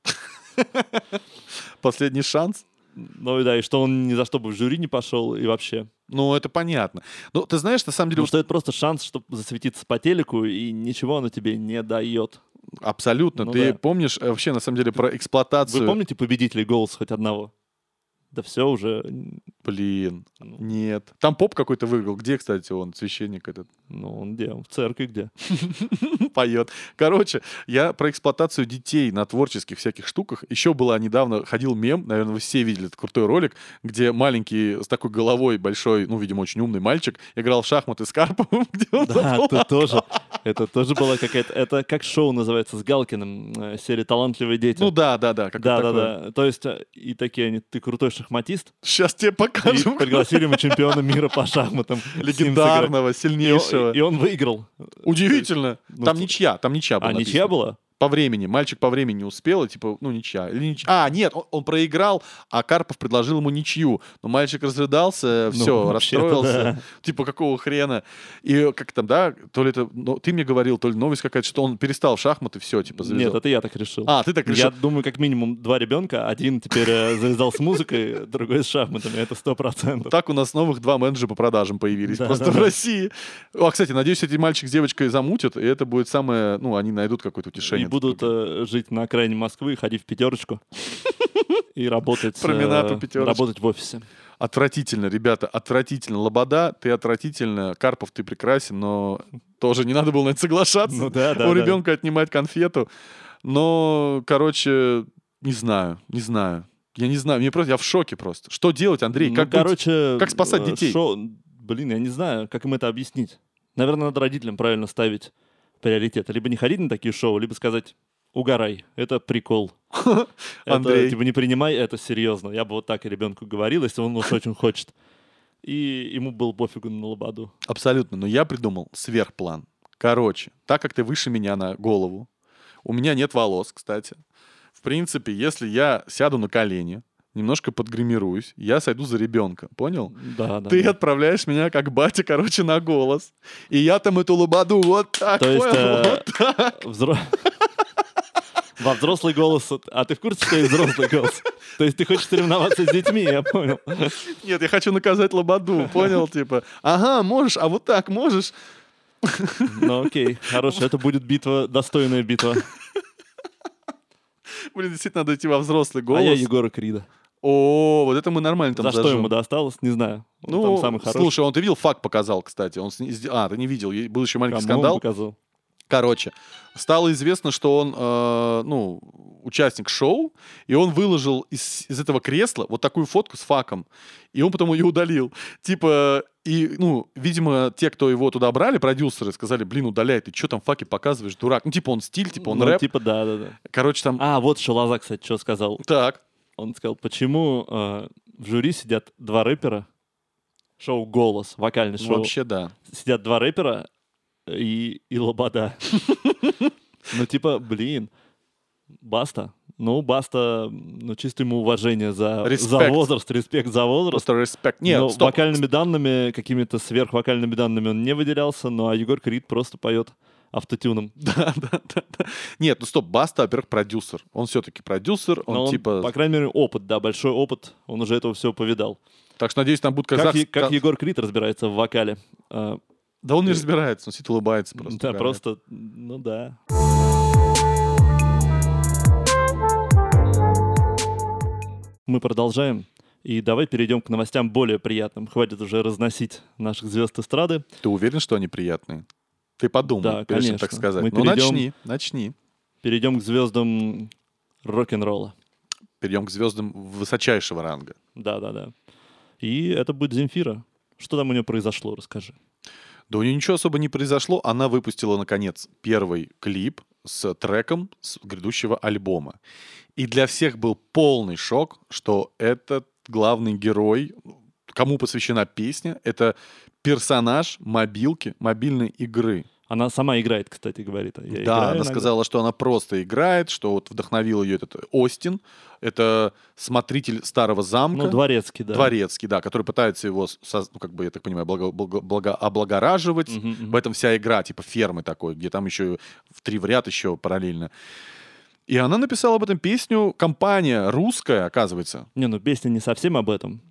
A: Последний шанс.
B: Ну и да, и что он ни за что бы в жюри не пошел и вообще.
A: Ну, это понятно. Ну, ты знаешь, на самом деле,
B: Потому что это просто шанс, чтобы засветиться по телеку, и ничего оно тебе не дает.
A: Абсолютно.
B: Ну
A: ты
B: да.
A: помнишь э, вообще на самом деле про эксплуатацию?
B: Вы помните победителей голоса хоть одного? Да все уже. н-
A: Блин,
B: Ну,
A: нет. Там поп какой-то выиграл. Где, кстати, он, священник этот,
B: ну, он где? Он В церкви где?
A: поет. Короче, я про эксплуатацию детей на творческих всяких штуках. Еще была недавно, ходил мем, наверное, вы все видели этот крутой ролик, где маленький с такой головой большой, ну, видимо, очень умный мальчик играл в шахматы с Карповым, где он
B: Да,
A: заплакал.
B: это тоже. Это тоже была какая-то. Это как шоу называется с Галкиным э, серия Талантливые дети.
A: Ну да, да, да. как
B: Да, да, да. То есть, э, и такие они, ты крутой шахматист,
A: Сейчас тебе
B: и
A: покажем.
B: пригласили мы чемпиона мира по шахматам. с ним сыграть.
A: Легендарного,
B: И он-
A: сильнейшего.
B: И он выиграл.
A: Удивительно.
B: Ну,
A: Там
B: т-
A: ничья, там ничья была.
B: А,
A: написана.
B: ничья была?
A: по времени. Мальчик по времени успел, и типа, ну, ничья. Или нич- А, нет, он, он проиграл, а Карпов предложил ему ничью. Но мальчик разрыдался,
B: Ну,
A: все,
B: вообще-то
A: расстроился.
B: да.
A: Типа, какого хрена? И как там, да, то ли это... Ну, ты мне говорил, то ли новость какая-то, что он перестал в шахматы, все, типа, завязал.
B: Нет, это я так решил.
A: А, ты так решил.
B: Я думаю, как минимум два ребенка. Один теперь э, завязал с музыкой, другой с шахматами. Это сто процентов.
A: Так у нас новых два менеджера по продажам появились
B: Да,
A: просто
B: да,
A: в
B: да.
A: России. А, кстати, надеюсь, эти мальчик с девочкой замутят, и это будет самое... Ну, они найдут какое-то
B: И
A: утешение.
B: будут э, жить на окраине Москвы, ходить в пятерочку и работать,
A: Променад
B: э,
A: по пятерочке.
B: работать в офисе.
A: Отвратительно, ребята, отвратительно. Лобода, ты отвратительно. Карпов, ты прекрасен, но тоже не надо было на это соглашаться.
B: Ну да, да.
A: У
B: да.
A: ребенка отнимать конфету. Но, короче, не знаю, не знаю. Я не знаю, мне просто, я в шоке просто. Что делать, Андрей?
B: Ну,
A: как быть?
B: короче,
A: Как спасать
B: э,
A: детей?
B: шо- Блин, я не знаю, как им это объяснить. Наверное, надо родителям правильно ставить приоритеты. Либо не ходить на такие шоу, либо сказать «Угорай, это прикол». Это,
A: Андрей.
B: типа, не принимай это серьезно. Я бы вот так и ребенку говорил, если он уж очень хочет. И ему было пофигу на лободу.
A: Абсолютно, но я придумал сверхплан. Короче, так как ты выше меня на голову, у меня нет волос, кстати. В принципе, если я сяду на колени, немножко подгримируюсь, я сойду за ребенка, понял?
B: Да, да.
A: Ты
B: да.
A: отправляешь меня как батя, короче, на голос. И я там эту лободу вот так,
B: То есть,
A: понял?
B: э,
A: Вот так.
B: Взро- Во взрослый голос. А ты в курсе, что есть взрослый голос? То есть ты хочешь соревноваться с детьми, я понял.
A: Нет, я хочу наказать лободу, понял? Типа, ага, можешь, а вот так можешь.
B: Ну окей, хорошо, это будет битва, достойная битва.
A: Блин, действительно, надо идти во взрослый
B: А я
A: голос.
B: Егора Крида.
A: О, вот это мы нормально там
B: За что
A: зажжём.
B: ему досталось, не знаю. Он
A: Ну,
B: там самый хороший.
A: слушай, он ты видел, факт показал, кстати. Он сни- сде- А, ты не видел, е- был еще
B: Кому
A: маленький
B: он
A: скандал.
B: показал.
A: Короче, стало известно, что он, э, ну, участник шоу, и он выложил из, из этого кресла вот такую фотку с факом, и он потом ее удалил. Типа, и, ну, видимо, те, кто его туда брали, продюсеры, сказали, блин, удаляй, ты что там факи показываешь, дурак? Ну, типа, он стиль, типа, он
B: Ну,
A: рэп.
B: типа, да, да, да.
A: Короче, там...
B: А, вот Шалаза, кстати, что сказал.
A: Так,
B: Он сказал, почему э, в жюри сидят два рэпера, шоу «Голос», вокальный
A: ну,
B: шоу,
A: вообще да.
B: сидят два рэпера и, и лобода. Ну, типа, блин, Баста. Ну, Баста, ну, чисто ему уважение за, за
A: Респект.
B: возраст, респект за возраст.
A: Просто респект. Нет,
B: но
A: стоп.
B: вокальными данными, какими-то сверхвокальными данными он не выделялся, ну а Егор Крид просто поет автотюном.
A: Да, да, да, да. Нет, ну стоп, Баста, во-первых, продюсер. Он все-таки продюсер, он,
B: Но Ну, он,
A: типа...
B: по крайней мере, опыт, да, большой опыт, он уже этого всего повидал.
A: Так что, надеюсь, там будут
B: Как,
A: казах...
B: Е- как Егор Крид разбирается в вокале? Э,
A: Да он не разбирается, он сидит улыбается просто.
B: да,
A: реально.
B: просто, ну да. Мы продолжаем. И давай перейдем к новостям более приятным. Хватит уже разносить наших звезд эстрады.
A: Ты уверен, что они приятные? Ты подумай,
B: Да,
A: прежде чем
B: конечно.
A: так сказать.
B: Мы
A: ну,
B: перейдем-
A: начни, начни.
B: Перейдем к звездам рок-н-ролла.
A: Перейдем к звездам высочайшего ранга.
B: Да-да-да. И это будет Земфира. Что там у нее произошло, расскажи.
A: Да у нее ничего особо не произошло. Она выпустила, наконец, первый клип с треком с грядущего альбома. И для всех был полный шок, что этот главный герой, кому посвящена песня, это персонаж мобилки, мобильной игры.
B: Она сама играет, кстати, говорит. Я
A: да,
B: играю
A: она
B: иногда.
A: сказала, что она просто играет, что вот вдохновил ее этот Остин. Это смотритель старого замка.
B: Ну, дворецкий, да.
A: Дворецкий, да, который пытается его, соз- ну, как бы, я так понимаю, благо- благо- благо- облагораживать.
B: Мгм, мгм.
A: В этом вся игра, типа фермы такой, где там еще в три в ряд еще параллельно. И она написала об этом песню компания русская, оказывается.
B: Не, ну песня не совсем об этом.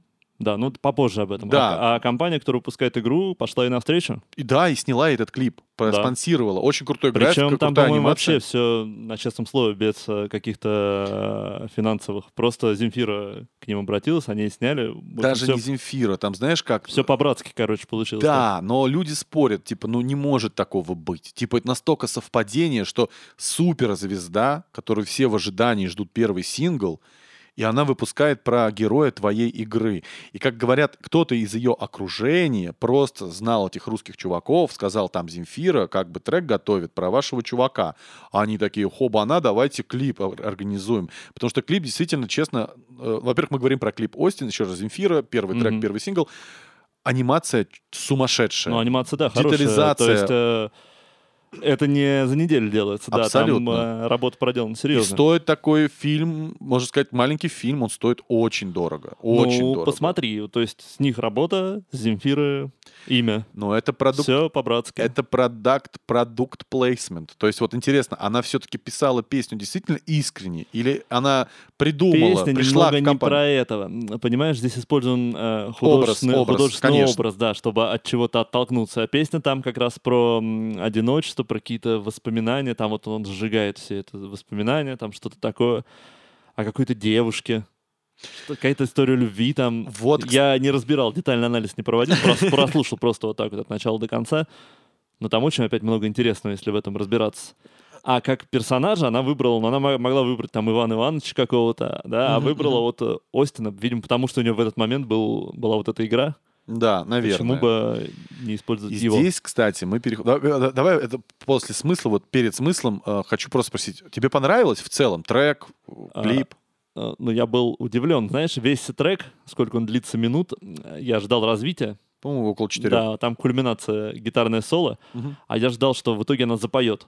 B: Да, ну попозже об этом.
A: Да.
B: А, а компания, которая выпускает игру, пошла и навстречу.
A: И да, и сняла этот клип, проспонсировала. Очень крутой график,
B: Причем там,
A: крутая
B: по-моему,
A: анимация.
B: вообще все на честном слове, без э, каких-то э, финансовых. Просто Земфира к ним обратилась, они сняли.
A: Даже
B: все,
A: не Земфира, там знаешь как...
B: по-братски, короче, получилось.
A: Да, но люди спорят, типа, ну не может такого быть. Типа, это настолько совпадение, что суперзвезда, которую все в ожидании ждут первый сингл, и она выпускает про героя твоей игры. И, как говорят, кто-то из ее окружения просто знал этих русских чуваков, сказал там Земфира, как бы трек готовит про вашего чувака. А они такие, хоба-на, давайте клип ор- организуем. Потому что клип действительно, честно... э, во-первых, мы говорим про клип Остин, еще раз Земфира, первый трек,
B: Мгм.
A: первый сингл анимация ч- сумасшедшая.
B: Ну, анимация, да, хорошая.
A: Детализация.
B: То есть э, Это не за неделю делается, да,
A: Абсолютно.
B: там э, работа проделана
A: И
B: серьезно.
A: стоит такой фильм, можно сказать, маленький фильм, он стоит очень дорого. Очень
B: ну,
A: дорого.
B: посмотри, то есть с них работа, с Земфиры имя.
A: Но это продукт
B: Все по-братски.
A: Это продукт, продукт плейсмент. То есть вот интересно, она все-таки писала песню действительно искренне или она придумала,
B: Песня
A: пришла
B: немного
A: к
B: не
A: компании?
B: про этого. М, Понимаешь, здесь использован э, художественный,
A: образ,
B: художественный
A: конечно.
B: образ, да, чтобы от чего-то оттолкнуться. А песня там как раз про м, одиночество, про какие-то воспоминания. Там вот он сжигает все это воспоминания, там что-то такое о какой-то девушке. Что- Какая-то история любви там.
A: Вот, кс-
B: Я не разбирал, детальный анализ не проводил, просто прослушал просто вот так вот от начала до конца. Но там очень опять много интересного, если в этом разбираться. А как персонажа она выбрала, но она мо- могла выбрать там Ивана Ивановича какого-то, да, а
A: Мгм,
B: выбрала вот э, Остина, видимо, потому что у нее в этот момент был, была вот эта игра.
A: Да, наверное.
B: Почему бы не использовать
A: И
B: его?
A: здесь, кстати, мы переходим... Давай это после смысла, вот перед смыслом э, хочу просто спросить, тебе понравилось в целом трек,
B: А,
A: клип?
B: Э, Ну, я был удивлен, знаешь, весь трек, сколько он длится минут, э, я ждал развития.
A: По-моему, около четырех.
B: Да, там кульминация гитарное соло,
A: Мгм.
B: а я ждал, что в итоге она запоет.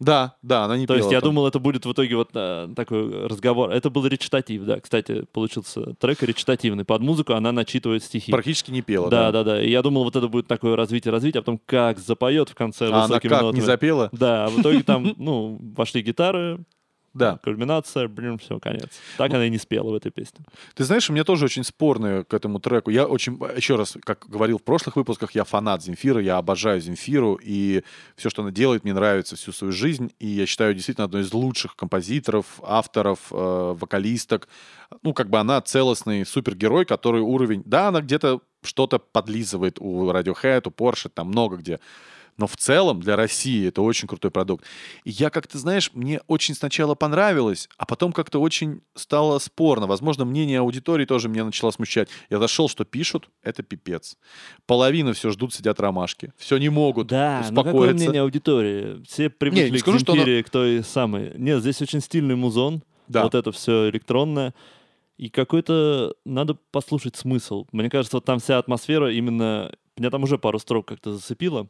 A: Да, да, она не
B: То есть
A: пела
B: я
A: там.
B: думал, это будет в итоге вот э, такой разговор. Это был речитатив, да. Кстати, получился трек речитативный. Под музыку она начитывает стихи.
A: Практически не пела.
B: типа, да, да, да. И я думал, вот это будет такое развитие, развитие, а потом как запоет в конце
A: А она
B: высокими
A: как, не
B: нотами.
A: запела?
B: Да, а в итоге там, ну, вошли гитары,
A: Да. Ну,
B: кульминация, блин, все, конец. Так она и не спела в этой песне.
A: Ты знаешь, у меня тоже очень спорные к этому треку. Я очень, еще раз, как говорил в прошлых выпусках, я фанат Земфира, я обожаю Земфиру, и все, что она делает, мне нравится всю свою жизнь, и я считаю действительно одной из лучших композиторов, авторов, э, вокалисток. Ну, как бы она целостный супергерой, который уровень... Да, она где-то что-то подлизывает у Radiohead, у Porsche, там много где. Но в целом для России это очень крутой продукт. И я как-то, знаешь, мне очень сначала понравилось, а потом как-то очень стало спорно. Возможно, мнение аудитории тоже меня начало смущать. Я зашел, что пишут, это пипец. Половина все ждут, сидят ромашки. Все не могут
B: Да, ну какое
A: успокоиться.
B: мнение аудитории? Все привыкли
A: скажу,
B: к
A: что она-
B: Земфире, к той самой. Нет, здесь очень стильный музон.
A: да.
B: вот это все электронное. И какой-то надо послушать смысл. Мне кажется, вот там вся атмосфера именно... Меня там уже пару строк как-то зацепило,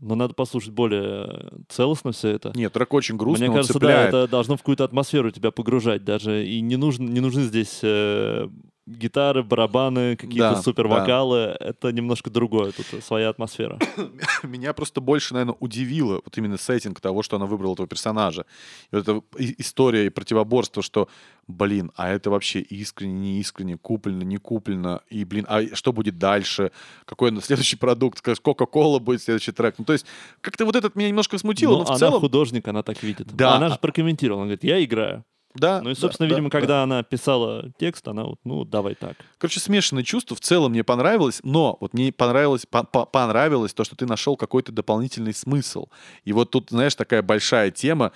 B: но надо послушать более э, целостно все это.
A: Нет, трек очень грустный,
B: Мне
A: он
B: кажется,
A: цепляет.
B: да, это должно в какую-то атмосферу тебя погружать даже. И не, нужно, не нужны здесь э, гитары, барабаны, какие-то
A: Да,
B: супервокалы. Это немножко другое, тут э, своя атмосфера.
A: Меня просто больше, наверное, удивило вот именно сеттинг того, что она выбрала этого персонажа. И вот эта и- история и противоборство, что, блин, а это вообще искренне, не искренне, куплено, не куплено, и, блин, а что будет дальше? Какой на следующий продукт? Как- Кока-кола будет следующий трек? Ну, то есть, как-то вот этот меня немножко смутило,
B: Ну,
A: но, в
B: она
A: целом...
B: художник, она так видит.
A: Да,
B: Она
A: а-
B: же прокомментировала, она говорит, я играю.
A: Да,
B: Ну и,
A: да,
B: собственно,
A: да,
B: видимо,
A: да.
B: когда она писала текст, она вот, ну, давай так.
A: Короче, смешанные чувства. В целом мне понравилось, но вот мне понравилось, по- по- понравилось то, что ты нашел какой-то дополнительный смысл. И вот тут, знаешь, такая большая тема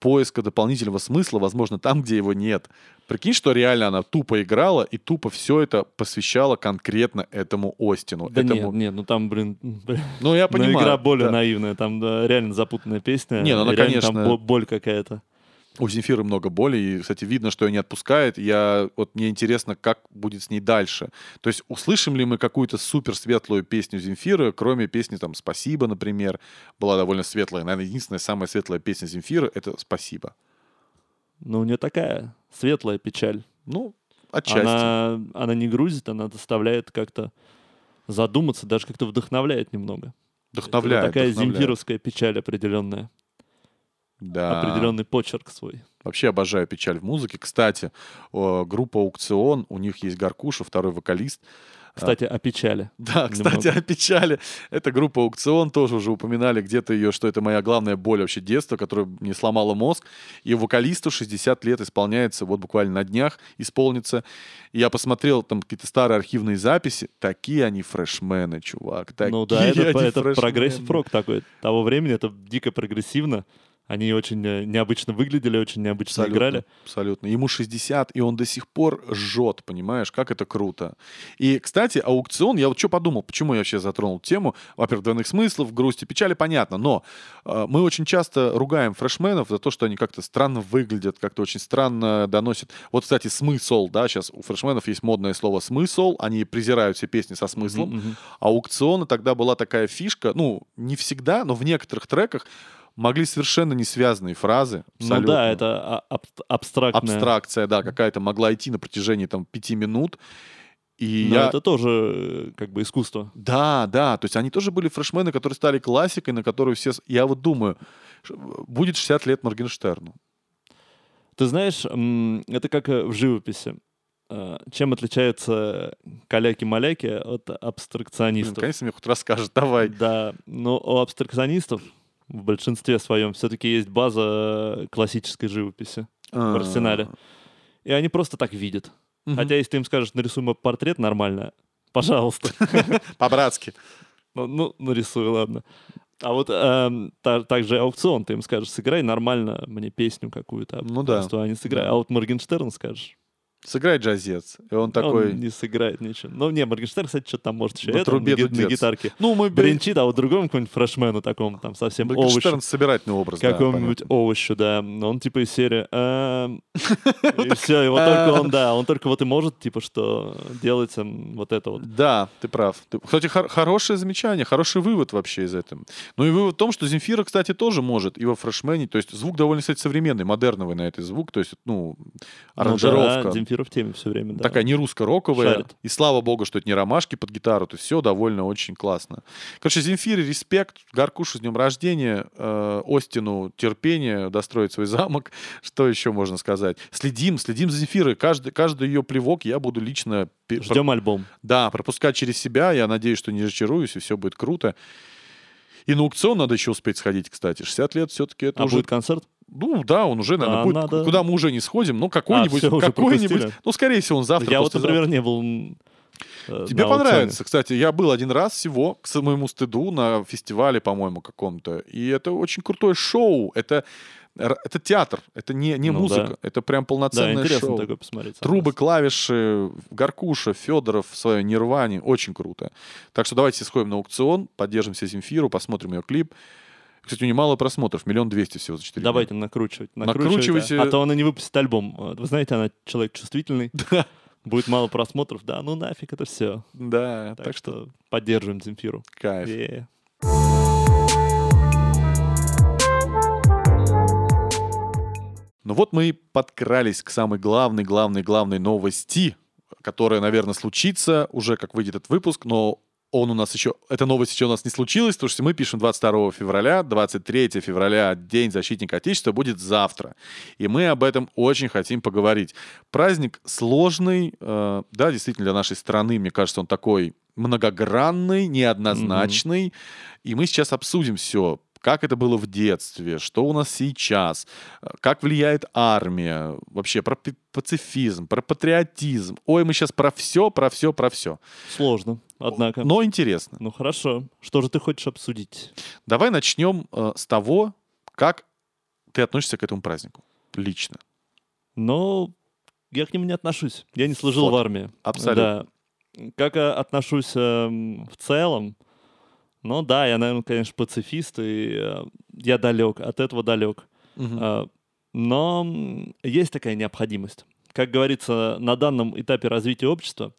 A: поиска дополнительного смысла, возможно, там, где его нет. Прикинь, что реально она тупо играла и тупо все это посвящала конкретно этому Остину.
B: Да
A: этому...
B: нет, нет, ну там, блин, блин,
A: Ну, я
B: ну,
A: понимаю.
B: игра более
A: да.
B: наивная, там да, реально запутанная песня.
A: Не, ну она,
B: и реально Там
A: конечно-
B: бо- боль какая-то.
A: У Земфиры много боли, и, кстати, видно, что ее не отпускает. Я, вот мне интересно, как будет с ней дальше. То есть услышим ли мы какую-то супер светлую песню Земфиры, кроме песни там «Спасибо», например, была довольно светлая. Наверное, единственная самая светлая песня Земфиры — это «Спасибо».
B: Но у нее такая светлая печаль.
A: Ну, отчасти.
B: Она, она не грузит, она заставляет как-то задуматься, даже как-то вдохновляет немного.
A: Вдохновляет.
B: Это такая
A: вдохновляет.
B: земфировская печаль определенная,
A: Да.
B: определенный почерк свой.
A: Вообще обожаю печаль в музыке. Кстати, о, группа «Аукцион», у них есть Гаркуша, второй вокалист.
B: Кстати, о печали.
A: Да, кстати, о печали. Эта группа «Аукцион» тоже уже упоминали где-то ее, что это моя главная боль вообще детства, которая мне сломала мозг. И вокалисту 60 лет исполняется, вот буквально на днях исполнится. И я посмотрел там какие-то старые архивные записи. Такие они фрешмены, чувак. Такие
B: ну да, это,
A: они
B: по- это
A: фрешмены.
B: прогрессив рок такой. Того времени это дико прогрессивно. Они очень э, необычно выглядели, очень необычно
A: Абсолютно,
B: играли.
A: Абсолютно. Ему 60, и он до сих пор жжет, понимаешь, как это круто. И, кстати, аукцион, я вот что подумал, почему я вообще затронул тему, во-первых, двойных смыслов, грусти, печали, понятно, но э, мы очень часто ругаем фрешменов за то, что они как-то странно выглядят, как-то очень странно доносят. Вот, кстати, смысл, да, сейчас у фрешменов есть модное слово «смысл», они презирают все песни со смыслом,
B: Мгм, мгм.
A: аукциона тогда была такая фишка, ну, не всегда, но в некоторых треках могли совершенно не связанные фразы.
B: Ну
A: абсолютно.
B: да, это а- аб- абстрактное.
A: абстракция, да, какая-то могла идти на протяжении там пяти минут. И
B: Но
A: я...
B: это тоже э, как бы искусство.
A: Да, да, то есть они тоже были фрешмены, которые стали классикой, на которую все... с- Я вот думаю, ш- будет 60 лет Моргенштерну.
B: Ты знаешь, м, это как э, в живописи. Э, Чем отличаются каляки-маляки от
A: Блин,
B: абстракционистов?
A: конечно, мне хоть расскажет, давай.
B: Да, но у абстракционистов в большинстве своем все-таки есть база э, классической живописи в арсенале. И они просто так видят.
A: А, Мгм.
B: Хотя если ты им скажешь, нарисуй мой портрет нормально, пожалуйста.
A: По-братски.
B: Ну, ну, нарисуй, ладно. А вот эм, та- также аукцион, ты им скажешь, сыграй нормально мне песню какую-то.
A: Ну да.
B: Что они сыграют. А вот Моргенштерн скажешь,
A: Сыграй джазец. И он
B: а
A: такой...
B: он не сыграет ничего. Ну, не, Моргенштерн, кстати, что-то там может еще
A: На
B: это,
A: трубе
B: на, ги-
A: дудец.
B: на гитарке
A: Ну, мы... бе-
B: бренчит, а вот другому какому-нибудь фрешмену такому, там, совсем овощу.
A: Моргенштерн собирательный образ. да,
B: Какому-нибудь овощу, да. Но он типа из серии... «Эм». И все, его только
A: Э.
B: он, да, он только вот и может, типа, что делать эм, вот это вот.
A: Да, ты прав. Ты- Кстати, хор- хорошее замечание, хороший вывод вообще из этого. Ну и вывод в том, что Земфира, кстати, тоже может и во фрешмене. То есть звук довольно, кстати, современный, модерновый на этот звук. То есть, ну,
B: Ну да,
A: аранжировка.
B: Земфира в теме все время, да.
A: Такая не русско-роковая.
B: Шарит.
A: И слава богу, что это не ромашки под гитару. То есть все довольно очень классно. Короче, Земфире респект. Гаркушу с днем рождения. э, Остину терпение достроить свой замок. Что еще можно сказать? Следим, следим за Земфирой. Каждый, каждый ее плевок я буду лично... пе-
B: Ждем альбом.
A: да, пропускать через себя. Я надеюсь, что не разочаруюсь, и все будет круто. И на аукцион надо еще успеть сходить, кстати. 60 лет все-таки это
B: А
A: уже...
B: будет концерт?
A: Ну да, он уже, наверное,
B: Да,
A: будет.
B: надо.
A: Куда мы уже не сходим, но какой-нибудь...
B: всё, уже
A: какой-нибудь...
B: пропустили.
A: Ну, скорее всего, он завтра.
B: Я вот,
A: послезавтра.
B: например, не был. м, э,
A: Тебе
B: на
A: понравится, кстати. Я был один раз всего, к своему стыду, на фестивале, по-моему, каком-то. И это очень крутое шоу. Это, р- это театр, это не, не
B: Ну да.
A: музыка. Это прям
B: аукционе.
A: полноценное
B: Да, интересно
A: шоу.
B: такое посмотреть.
A: Трубы, клавиши, Гаркуша, Федоров в своей Нирване. Очень круто. Так что давайте сходим на аукцион, поддержимся Земфиру, посмотрим ее клип. Кстати, у нее мало просмотров, миллион двести всего за 4
B: Давайте накручивать.
A: Накручивайте.
B: Накручивайте. А то она не выпустит альбом. Э, Вы знаете, она человек чувствительный.
A: Да,
B: Будет мало просмотров. Да, ну нафиг это все.
A: да,
B: Так что поддерживаем Земфиру.
A: кайф.
B: Е.
A: Ну вот мы и подкрались к самой главной, главной, главной новости, которая, наверное, случится уже, как выйдет этот выпуск, но он у нас еще, эта новость еще у нас не случилась, потому что мы пишем 22 февраля, 23 февраля, День защитника Отечества, будет завтра. И мы об этом очень хотим поговорить. Праздник сложный, э, да, действительно, для нашей страны, мне кажется, он такой многогранный, неоднозначный. И мы сейчас обсудим все, как это было в детстве, что у нас сейчас, э, как влияет армия, вообще про пи- пацифизм, про патриотизм. Ой, мы сейчас про все, про все, про все.
B: Сложно, однако.
A: Но интересно.
B: Ну хорошо. Что же ты хочешь обсудить?
A: Давай начнем э, с того, как ты относишься к этому празднику лично.
B: Но я к нему не отношусь. Я не служил
A: Вот.
B: в армии.
A: Абсолютно.
B: Да. Как э, отношусь эм, в целом? Ну да, я, наверное, конечно, пацифист, и э, я далек, от этого далек.
A: Мгм.
B: Э, но м, есть такая необходимость. Как говорится, на данном этапе развития общества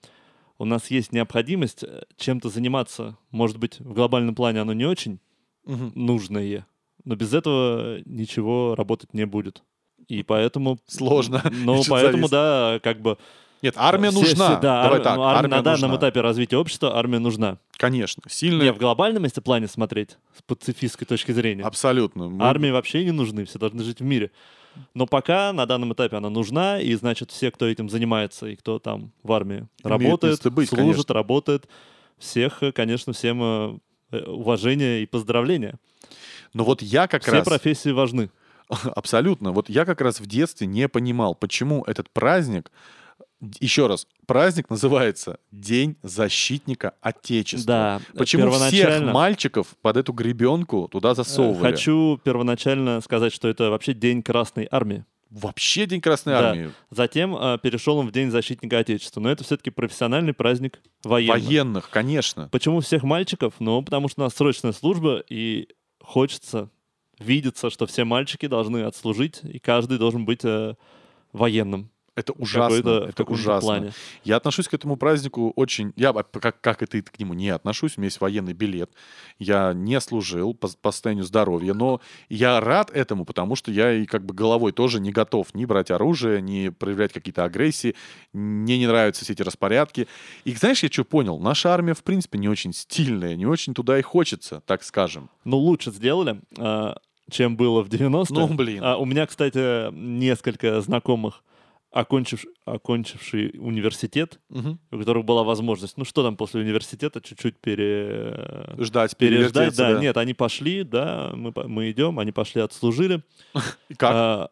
B: у нас есть необходимость э, чем-то заниматься. Может быть, в глобальном плане оно не очень ну,
A: Мгм.
B: нужное, но без этого э, ничего работать не будет. И поэтому...
A: Сложно.
B: Ну,
A: Значит,
B: поэтому,
A: завис.
B: да, как бы...
A: Нет, армия
B: Все-
A: нужна.
B: все- да,
A: Давай
B: армия-
A: так,
B: ну, армия
A: армия
B: на данном
A: нужна.
B: этапе развития общества армия нужна.
A: Конечно,
B: Не,
A: сильная.
B: в глобальном, если плане смотреть, с пацифистской точки зрения,
A: А, Абсолютно. Мы-
B: армии вообще не нужны, все должны жить в мире. Но пока на данном этапе она нужна, и значит все, кто этим занимается, и кто там в армии
A: Имеет
B: работает,
A: место быть,
B: служит,
A: конечно.
B: работает, всех, э, конечно, всем э, э, уважение и поздравления.
A: Но ну, вот я как
B: все
A: раз...
B: профессии важны.
A: Абсолютно. Вот я как раз в детстве не понимал, почему этот праздник... Еще раз, праздник называется День защитника Отечества.
B: Да,
A: Почему всех
B: первоначально- э,
A: мальчиков под эту гребенку туда засовывали?
B: Хочу первоначально сказать, что это вообще День Красной Армии.
A: Вообще День Красной
B: Да.
A: Армии.
B: Затем э, перешел он в День защитника Отечества. Но это все-таки профессиональный праздник военный.
A: Военных, конечно.
B: Почему всех мальчиков? Ну, потому что у нас срочная служба, и хочется видеться, что все мальчики должны отслужить, и каждый должен быть э, военным.
A: Это ужасно.
B: какой-то- в
A: это
B: каком-то
A: ужасно.
B: плане.
A: Я отношусь к этому празднику очень... Я, а, как, как и ты, к нему не отношусь. У меня есть военный билет. Я не служил по, по состоянию здоровья. Но я рад этому, потому что я и как бы головой тоже не готов ни брать оружие, ни проявлять какие-то агрессии. Мне не нравятся все эти распорядки. И знаешь, я что понял? Наша армия, в принципе, не очень стильная, не очень туда и хочется, так скажем.
B: Ну, лучше сделали, а, чем было в 90-е.
A: Ну, блин.
B: А, у меня, кстати, несколько знакомых, окончив, окончивший университет,
A: Мгм.
B: у которых была возможность, ну что там после университета, чуть-чуть пере...
A: Ждать,
B: переждать,
A: перевертеться,
B: да, нет, они пошли, да, мы, по- мы идем, они пошли, отслужили.
A: И Как?
B: А,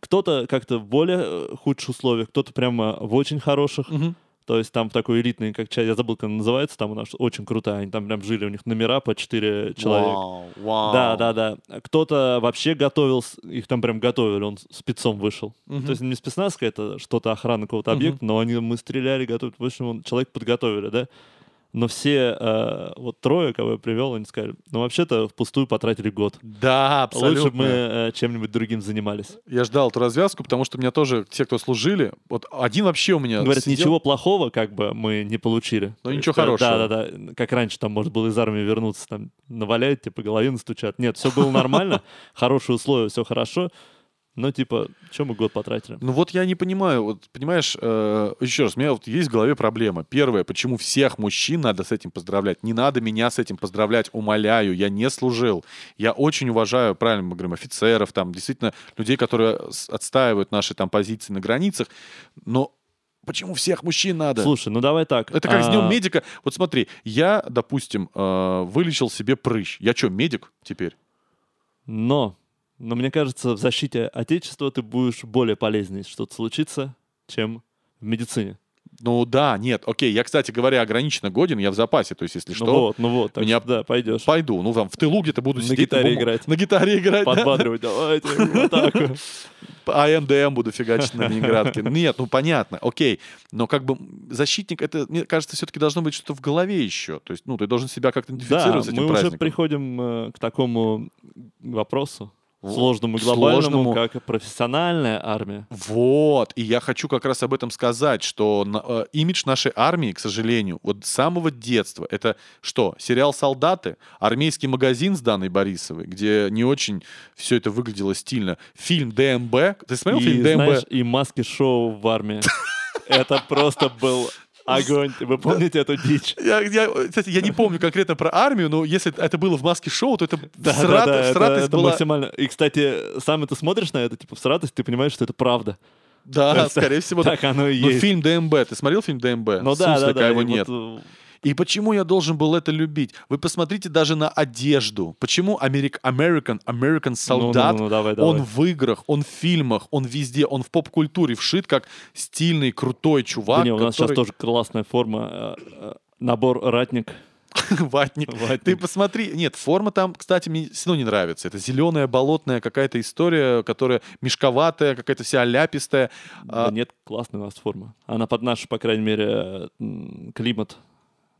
B: кто-то как-то в более э, худших условиях, кто-то прямо в очень хороших.
A: Мгм.
B: То есть там в такой элитный, как чай, я забыл, как она называется, там у нас очень крутая, они там прям жили, у них номера по 4 человека.
A: Вау, вау.
B: Да, да, да. А Кто-то вообще готовился, их там прям готовили, он с- спецом вышел.
A: Мгм.
B: То есть не спецназка, это что-то охрана какого-то
A: Мгм.
B: объекта, но они мы стреляли, готовили. В общем, он- человек подготовили, да. Но все, э, вот трое, кого я привел, они сказали, ну вообще-то впустую потратили год.
A: Да, абсолютно.
B: Лучше бы мы э, чем-нибудь другим занимались.
A: Я ждал эту развязку, потому что у меня тоже те, кто служили, вот один вообще у меня
B: Говорят,
A: сидел.
B: ничего плохого как бы мы не получили. э,
A: Но ничего хорошего.
B: Да-да-да, как раньше там можно было из армии вернуться, там наваляют, типа голове стучат. Нет, все было нормально, хорошие условия, все хорошо. Но типа, чем мы год потратили?
A: Ну вот я не понимаю, вот понимаешь, э, еще раз, у меня вот есть в голове проблема. Первое, почему всех мужчин надо с этим поздравлять? Не надо меня с этим поздравлять, умоляю, я не служил. Я очень уважаю, правильно мы говорим, офицеров, там, действительно, людей, которые с- отстаивают наши там позиции на границах, но почему всех мужчин надо?
B: Слушай, ну давай так.
A: Это как с днем
B: а,
A: медика. Вот смотри, я, допустим, э, вылечил себе прыщ. Я что, медик теперь?
B: Но, но мне кажется, в защите Отечества ты будешь более полезнее, если что-то случится, чем в медицине.
A: Ну да, нет, окей. Я, кстати говоря, ограниченно годен, я в запасе, то есть, если
B: Ну
A: что,
B: вот, ну вот, так
A: Меня
B: что, да, пойдешь.
A: пойду. Ну там в тылу где-то буду
B: На
A: сидеть.
B: гитаре
A: бумаг-
B: играть.
A: На гитаре играть, да.
B: Подбадривать, давайте, в атаку.
A: А НДМ буду фигачить на Ленинградке. Нет, ну понятно, окей. Но как бы м, защитник, это, мне кажется, все-таки должно быть что-то в голове еще. То есть, ну, ты должен себя как-то
B: Да,
A: идентифицировать с этим
B: мы уже
A: праздником.
B: приходим э, к такому вопросу,
A: Вот.
B: сложному и глобальному,
A: Сложному.
B: как профессиональная армия.
A: Вот, и я хочу как раз об этом сказать, что на- э, имидж нашей армии, к сожалению, вот с самого детства, это что, сериал «Солдаты», армейский магазин с Даной Борисовой, где не очень все это выглядело стильно, фильм «ДМБ», ты смотрел
B: и,
A: фильм «ДМБ»?
B: знаешь, и маски-шоу в армии. Это просто был огонь. Вы помните эту дичь?
A: Я, я, э, кстати, я не помню конкретно про армию, но если это было в маске шоу, то это
B: Да, да,
A: срат-
B: да, это,
A: сратость
B: это
A: была...
B: максимально. И, кстати, сам ты смотришь на это, типа, в сратость, ты понимаешь, что это правда.
A: Да,
B: Это-
A: скорее всего.
B: так оно и
A: Но
B: есть.
A: фильм ДМБ, ты смотрел фильм ДМБ?
B: Ну да, да,
A: Суслика
B: да.
A: его
B: и вот,
A: нет.
B: э,
A: И почему я должен был это любить? Вы посмотрите даже на одежду. Почему Америк, American, American солдат,
B: ну, ну, давай,
A: он
B: давай.
A: в играх, он в фильмах, он везде, он в поп-культуре вшит как стильный, крутой чувак,
B: Да не, у нас сейчас
A: который-
B: тоже классная форма. э, э, Набор ратник.
A: ватник. Ты
B: Ватник.
A: посмотри, нет, форма там, кстати, мне все равно не нравится. Это зеленая, болотная какая-то история, которая мешковатая, какая-то вся А, ляпистая.
B: Да нет, классная у нас форма. Она под наш, по крайней мере, э, м, климат.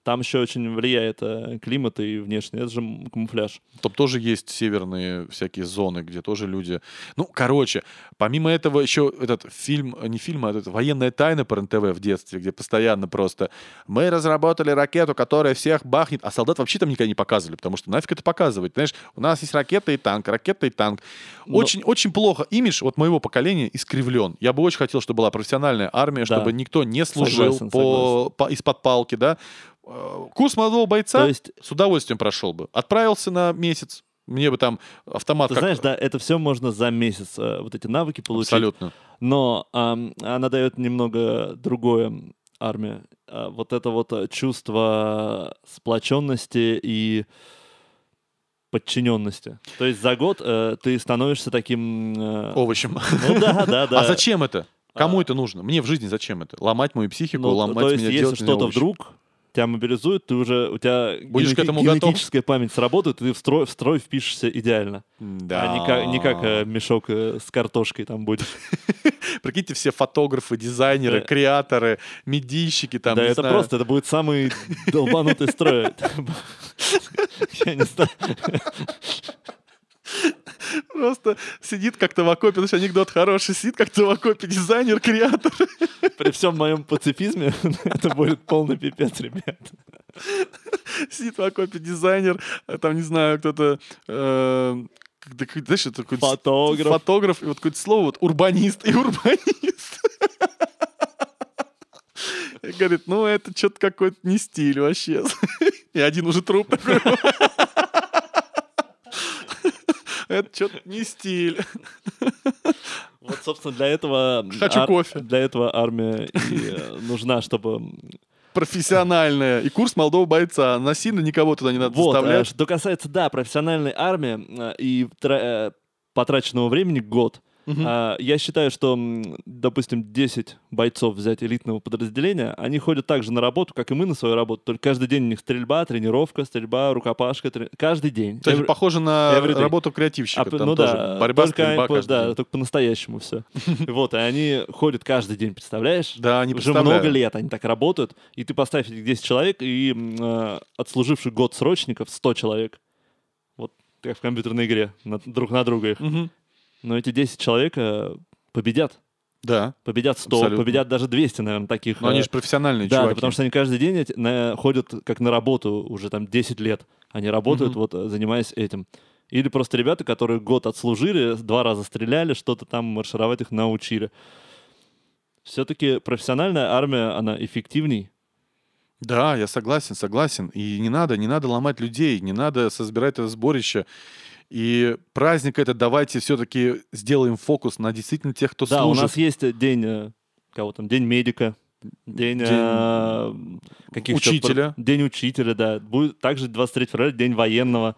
B: Там еще очень влияет э, климат и внешний. Это же м, камуфляж.
A: Там тоже есть северные всякие зоны, где тоже люди... Ну, короче, помимо этого еще этот фильм, не фильм, а этот «Военная тайна» по РНТВ в детстве, где постоянно просто «Мы разработали ракету, которая всех бахнет», а солдат вообще там никогда не показывали, потому что нафиг это показывать. Знаешь, у нас есть ракета и танк, ракета и танк.
B: Но-
A: Очень, очень плохо. Имидж вот моего поколения искривлен. Я бы очень хотел, чтобы была профессиональная армия,
B: Да.
A: чтобы никто не служил
B: Согласен,
A: по- по- из-под палки, да. Э, Курс молодого бойца
B: То есть,
A: с удовольствием прошел бы. Отправился на месяц, мне бы там автомат
B: ты
A: А как-
B: знаешь, да, это все можно за месяц, э, вот эти навыки получить.
A: Абсолютно.
B: Но ам, она дает немного другое м, армия. А, вот это вот э, чувство сплоченности и подчиненности. То есть за год э, ты становишься таким... э,
A: Овощем.
B: Ну да, да, да.
A: А зачем это? Кому
B: А.
A: это нужно? Мне в жизни зачем это? Ломать мою психику,
B: Ну,
A: ломать
B: то есть,
A: меня,
B: если
A: делать меня
B: что-то
A: овощем.
B: вдруг тебя мобилизует, ты уже, у тебя
A: Будешь к
B: генети-
A: этому готов?
B: генетическая память сработает, и ты в строй, в строй впишешься идеально.
A: Да.
B: А не как, не как, э, мешок э, с картошкой там будешь.
A: Прикиньте, все фотографы, дизайнеры,
B: Да.
A: креаторы, медийщики там.
B: да,
A: не
B: это
A: знаю.
B: просто, это будет самый долбанутый строй. Я не знаю.
A: Просто Сидит как-то в окопе, знаешь, анекдот хороший, сидит как-то в окопе дизайнер, креатор.
B: При всем моем пацифизме это будет полный пипец, ребят.
A: Сидит в окопе дизайнер, а там, не знаю, кто-то э, да, какой- знаешь, это какой-то с-
B: Фотограф.
A: фотограф, и вот какое-то слово, вот урбанист и урбанист. И говорит, ну это что-то какой-то не стиль вообще. И один уже труп такой. Это что-то не стиль.
B: Вот, собственно, для этого...
A: Хочу кофе.
B: Для этого армия и э, нужна, чтобы...
A: Профессиональное. И курс молодого бойца. Насильно никого туда не надо
B: Вот, э,
A: заставлять.
B: что касается, да, профессиональной армии э, и тра- э, потраченного времени год,
A: Мгм.
B: А, Я считаю, что, м, допустим, 10 бойцов взять элитного подразделения, они ходят так же на работу, как и мы на свою работу, только каждый день у них стрельба, тренировка, стрельба, рукопашка, трени- каждый день.
A: То есть
B: Every-
A: похоже на
B: everyday.
A: работу креативщика.
B: А,
A: Там
B: ну
A: тоже
B: да,
A: борьба,
B: только,
A: стрельба
B: они по-
A: каждый
B: да,
A: день.
B: только по-настоящему все. Вот, и они ходят каждый день, представляешь?
A: Да, не
B: Уже
A: представляю.
B: много лет они так работают, и ты поставь этих 10 человек, и м, э, отслуживших год срочников 100 человек. Вот как в компьютерной игре, на- друг на друга их.
A: Мгм.
B: Но эти 10 человек э, победят.
A: Да.
B: Победят 100,
A: Абсолютно.
B: победят даже 200, наверное, таких.
A: Но они
B: э,
A: же профессиональные
B: да, да,
A: чуваки.
B: потому что они каждый день эти- на- ходят как на работу уже там 10 лет. Они работают,
A: Мгм.
B: вот э, занимаясь этим. Или просто ребята, которые год отслужили, два раза стреляли, что-то там маршировать их научили. Все-таки профессиональная армия, она эффективней.
A: Да, я согласен, согласен. И не надо, не надо ломать людей, не надо созбирать это сборище. И праздник этот давайте все-таки сделаем фокус на действительно тех, кто
B: Да, у
A: служит.
B: нас есть э, день, э, кого там, день медика, день,
A: День
B: э, каких-то пр-
A: учителя.
B: день учителя, да. Будет также 23 февраля день военного.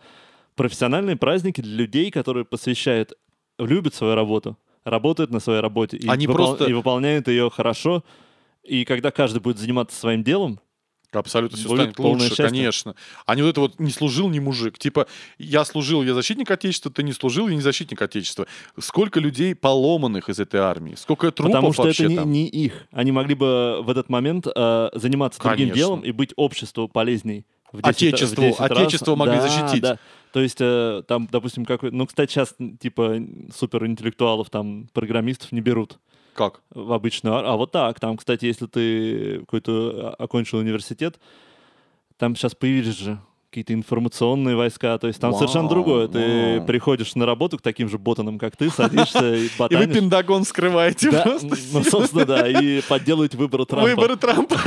B: Профессиональные праздники для людей, которые посвящают, любят свою работу, работают на своей работе и,
A: Они
B: выпол-
A: просто-
B: и выполняют ее хорошо. И когда каждый будет заниматься своим делом,
A: Абсолютно все
B: Будет
A: станет
B: полное
A: лучше,
B: счастье.
A: конечно. А не вот это вот не служил не мужик. Типа, я служил, я защитник Отечества, ты не служил, я не защитник Отечества. Сколько людей поломанных из этой армии? Сколько трупов
B: потому что
A: вообще
B: это не,
A: там?
B: не их. Они могли бы в этот момент э, заниматься другим
A: Конечно.
B: делом и быть обществу полезней. в 10
A: Отечеству.
B: в 10 раз.
A: Отечество могли
B: Да,
A: защитить.
B: да. То есть э, там, допустим, какой... Ну, кстати, сейчас типа суперинтеллектуалов, там, программистов не берут.
A: Как?
B: в обычную ар- А вот так, там, кстати, если ты какой-то а, окончил университет, там сейчас появились же какие-то информационные войска, то есть там
A: Вау,
B: совершенно другое. Ты
A: вау.
B: приходишь на работу к таким же ботанам, как ты, садишься
A: И
B: и
A: вы
B: ботанишь.
A: Пентагон скрываете
B: А Да,
A: просто.
B: ну,
A: сильно.
B: собственно, да, и подделывать выборы Трампа.
A: Выборы Трампа.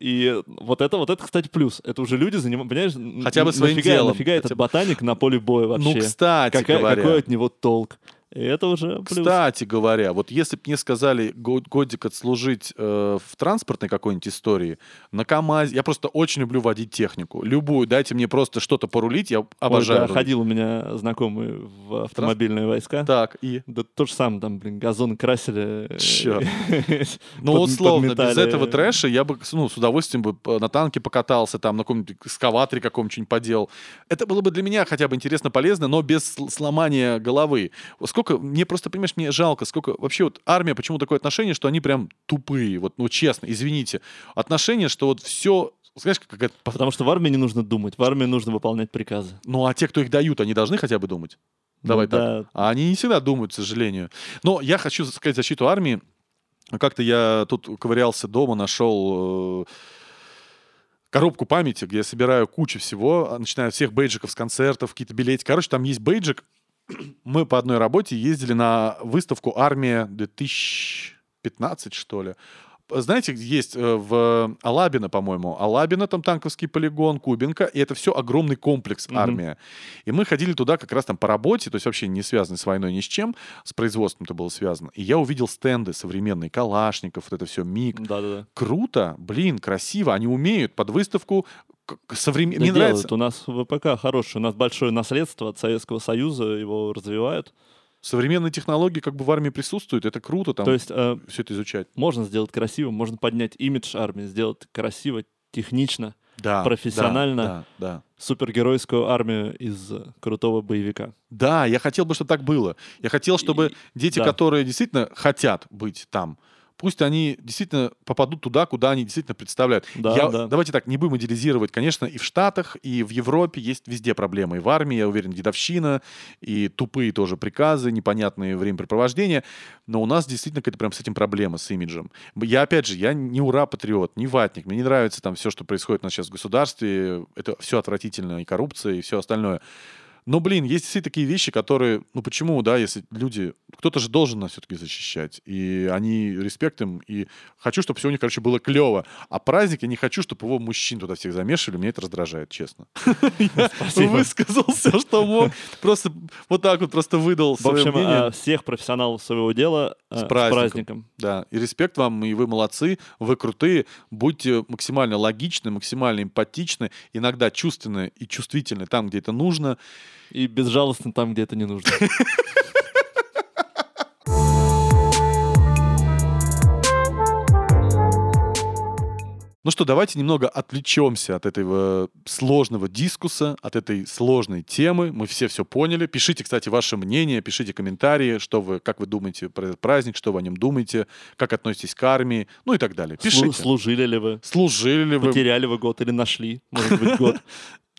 B: И вот это, вот это, кстати, плюс. Это уже люди занимаются, понимаешь, н-
A: Хотя бы
B: нафига-
A: своим делом.
B: Нафига этот
A: Хотя бы-
B: ботаник на поле боя вообще?
A: Ну, кстати
B: Какая-
A: говоря.
B: Какой от него толк? И это уже плюс.
A: Кстати говоря, вот если бы мне сказали го- годик отслужить э, в транспортной какой-нибудь истории, на КАМАЗе, я просто очень люблю водить технику. Любую, дайте мне просто что-то порулить, я обожаю.
B: Ой, да,
A: рулить.
B: ходил у меня знакомый в автомобильные войска. Да.
A: Так, и...
B: то же самое, там, блин, газоны красили. э,
A: Чёрт. Ну,
B: под-
A: условно, без
B: подметали.
A: этого трэша я бы ну, с удовольствием бы э, на танке покатался, там, на каком-нибудь экскаваторе каком-нибудь что-нибудь поделал. Это было бы для меня хотя бы интересно, полезно, но без сл- сломания головы. Сколько, мне просто, понимаешь, мне жалко, сколько... Вообще вот армия, почему такое отношение, что они прям тупые, вот, ну, честно, извините. Отношение, что вот все... Знаешь, как это...
B: Потому что в армии не нужно думать, в армии нужно выполнять приказы.
A: Ну, а те, кто их дают, они должны хотя бы думать? Давай
B: Ну,
A: так.
B: да.
A: А они не всегда думают, к сожалению. Но я хочу сказать защиту армии. Как-то я тут ковырялся дома, нашел э, коробку памяти, где я собираю кучу всего, а, начиная от всех бейджиков с концертов, какие-то билетики. Короче, там есть бейджик. Мы по одной работе ездили на выставку «Армия 2015», что ли. Знаете, есть э, в Алабино, по-моему, Алабино, там танковский полигон, Кубинка, и это все огромный комплекс
B: Мгм.
A: армия. И мы ходили туда как раз там по работе, то есть вообще не связаны с войной ни с чем, с производством это было связано. И я увидел стенды современные, Калашников, вот это все, МИГ.
B: Да-да-да.
A: Круто, блин, красиво, они умеют под выставку современные.
B: Да
A: Мне нравится.
B: делают. У нас ВПК хороший, у нас большое наследство от Советского Союза, его развивают.
A: Современные технологии как бы в армии присутствуют, это круто там
B: То есть э,
A: все это изучать.
B: можно сделать красиво, можно поднять имидж армии, сделать красиво, технично,
A: Да.
B: профессионально.
A: Да, да. да.
B: супергеройскую армию из э, крутого боевика.
A: Да, я хотел бы, чтобы так было. Я хотел, чтобы
B: И-
A: дети,
B: да.
A: которые действительно хотят быть там, пусть они действительно попадут туда, куда они действительно представляют.
B: Да,
A: Я-
B: да.
A: Давайте так, не будем идеализировать. Конечно, и в Штатах, и в Европе есть везде проблемы. И в армии, я уверен, дедовщина, и тупые тоже приказы, непонятные времяпрепровождения. Но у нас действительно какая-то прям с этим проблема, с имиджем. Я, опять же, я не ура-патриот, не ватник. Мне не нравится там все, что происходит у нас сейчас в государстве. Это все отвратительно, и коррупция, и все остальное. Но, блин, есть все такие вещи, которые... Ну, почему, да, если люди... Кто-то же должен нас все-таки защищать. И они... Респект им. И хочу, чтобы все у них, короче, было клево. А праздник я не хочу, чтобы его мужчин туда всех замешивали. Меня это раздражает, честно. Я
B: Спасибо.
A: Высказал все, что мог. Просто вот так вот просто выдал
B: В
A: свое
B: общем,
A: мнение.
B: а, всех профессионалов своего дела а,
A: С
B: с
A: праздником.
B: праздником.
A: Да, и респект вам, и вы молодцы, вы крутые, будьте максимально логичны, максимально эмпатичны, иногда чувственны и чувствительны там, где это нужно.
B: И безжалостно там, где это не нужно.
A: Ну что, давайте немного отвлечемся от этого э, сложного дискуса, от этой сложной темы. Мы все все поняли. Пишите, кстати, ваше мнение, пишите комментарии, что вы, как вы думаете про этот праздник, что вы о нем думаете, как относитесь к армии, ну и так далее. Пишите.
B: Слу- Служили ли вы?
A: Служили ли вы?
B: Потеряли вы год или нашли, может быть, год.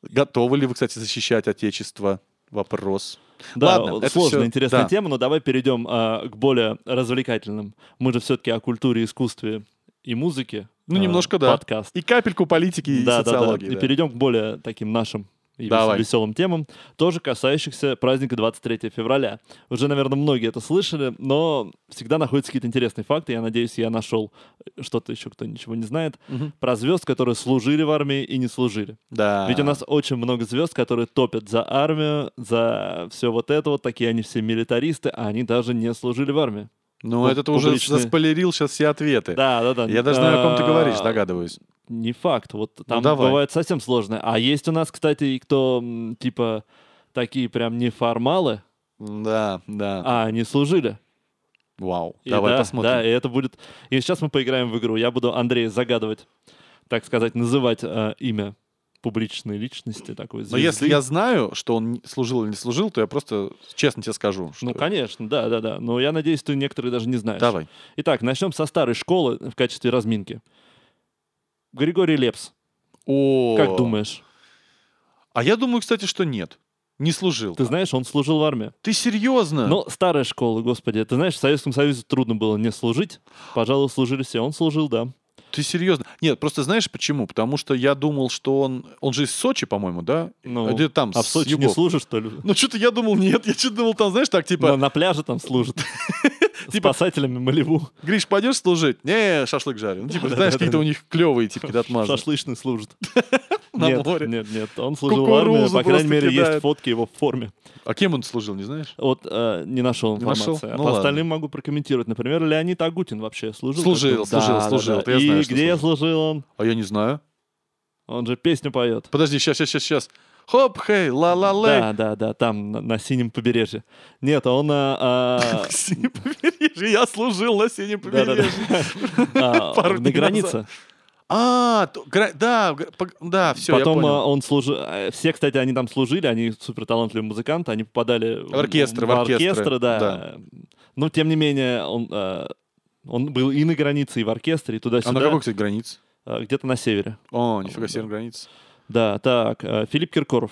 A: Готовы ли вы, кстати, защищать отечество? Вопрос.
B: Да,
A: Ладно, это
B: сложная,
A: всё-
B: интересная
A: да.
B: тема, но давай перейдем а, к более развлекательным. Мы же все-таки о культуре, искусстве и музыке.
A: Ну,
B: а,
A: немножко, да.
B: Подкаст.
A: И капельку политики и
B: Да, да, да.
A: социологии.
B: И
A: да.
B: перейдем к более таким нашим и
A: Давай.
B: веселым темам, тоже касающихся праздника 23 февраля. Уже, наверное, многие это слышали, но всегда находятся какие-то интересные факты. Я надеюсь, я нашел что-то еще, кто ничего не знает,
A: Мгм.
B: про звезд, которые служили в армии и не служили.
A: Да.
B: Ведь у нас очень много звезд, которые топят за армию, за все вот это вот. Такие они все милитаристы, а они даже не служили в армии.
A: Ну, это ты уже
B: публичные-
A: заспойлерил сейчас все ответы.
B: Да, да, да.
A: Я даже знаю, о ком ты
B: А,
A: говоришь, догадываюсь.
B: Не факт. Вот там
A: давай.
B: бывает совсем сложно. А есть у нас, кстати, и кто м, типа такие прям неформалы,
A: Да, да.
B: а они служили.
A: Вау.
B: И
A: Давай
B: да,
A: посмотрим.
B: Да, и это будет... И сейчас мы поиграем в игру. Я буду Андрея загадывать, так сказать, называть э, имя публичной личности такой
A: Но
B: звезды.
A: Ну,
B: Ну,
A: если я знаю, что он не- служил или не служил, то я просто честно тебе скажу. что-
B: Ну, конечно, да, да, да. Но я надеюсь, ты некоторые даже не знаешь.
A: Давай.
B: Итак, начнем со старой школы в качестве разминки. Григорий Лепс,
A: О.
B: как думаешь?
A: А я думаю, кстати, что нет. Не служил.
B: Ты знаешь, он служил в армии.
A: Ты серьезно?
B: Но старая школа, господи, ты знаешь, в Советском Союзе трудно было не служить. Пожалуй, служили все. Он служил, да.
A: Ты серьезно? Нет, просто знаешь почему? Потому что я думал, что он... Он же из Сочи, по-моему, да?
B: Ну,
A: Где-то там,
B: А в
A: с
B: Сочи не
A: югов.
B: служишь, что ли?
A: Ну, что-то я думал, нет. Я что-то думал, там, знаешь, так, типа...
B: На, на пляже там служат.
A: Типа-
B: Спасателями Малеву.
A: Гриш, пойдешь служить? Не, шашлык жарю. Ну, типа,
B: Да-да-да-да.
A: знаешь, какие-то у них клевые, типа, какие-то отмазы.
B: Шашлычный служит.
A: На
B: нет,
A: море.
B: Нет, нет, он служил в
A: Кукурузу
B: армии. По
A: просто
B: крайней мере,
A: кидает.
B: есть фотки его в форме.
A: А кем он служил, не знаешь?
B: Вот э, не нашел
A: Не
B: информации.
A: нашел? Ну
B: А по
A: ладно.
B: остальным могу прокомментировать. Например, Леонид Агутин вообще служил.
A: Служил,
B: как-то? Да,
A: служил,
B: да,
A: служил.
B: да.
A: Это я
B: И
A: знаю, что
B: где служил он?
A: А я не знаю.
B: Он же песню поет.
A: Подожди, сейчас, сейчас, сейчас, сейчас. Хоп, хей, ла-ла-лей.
B: Да, да, да, там, на, на синем побережье. Нет, он... а, а,
A: Синем побережье. Я служил на синем
B: да-да-да.
A: побережье.
B: А,
A: Пару
B: На
A: дней
B: границе.
A: А, то- гра- да, гра- пог- да, все, я
B: Потом
A: понял.
B: а, он служил... Все, кстати, они там служили, они супер талантливые музыканты, они попадали...
A: В оркестры, в оркестры,
B: да.
A: да.
B: Но, тем не менее, он... а, Он был и на границе, и в оркестре, и
A: А на какой,
B: туда-сюда,
A: кстати, границе?
B: а, где-то на севере.
A: О, нифига себе,
B: Да.
A: на границе.
B: Да, так, э, Филипп Киркоров.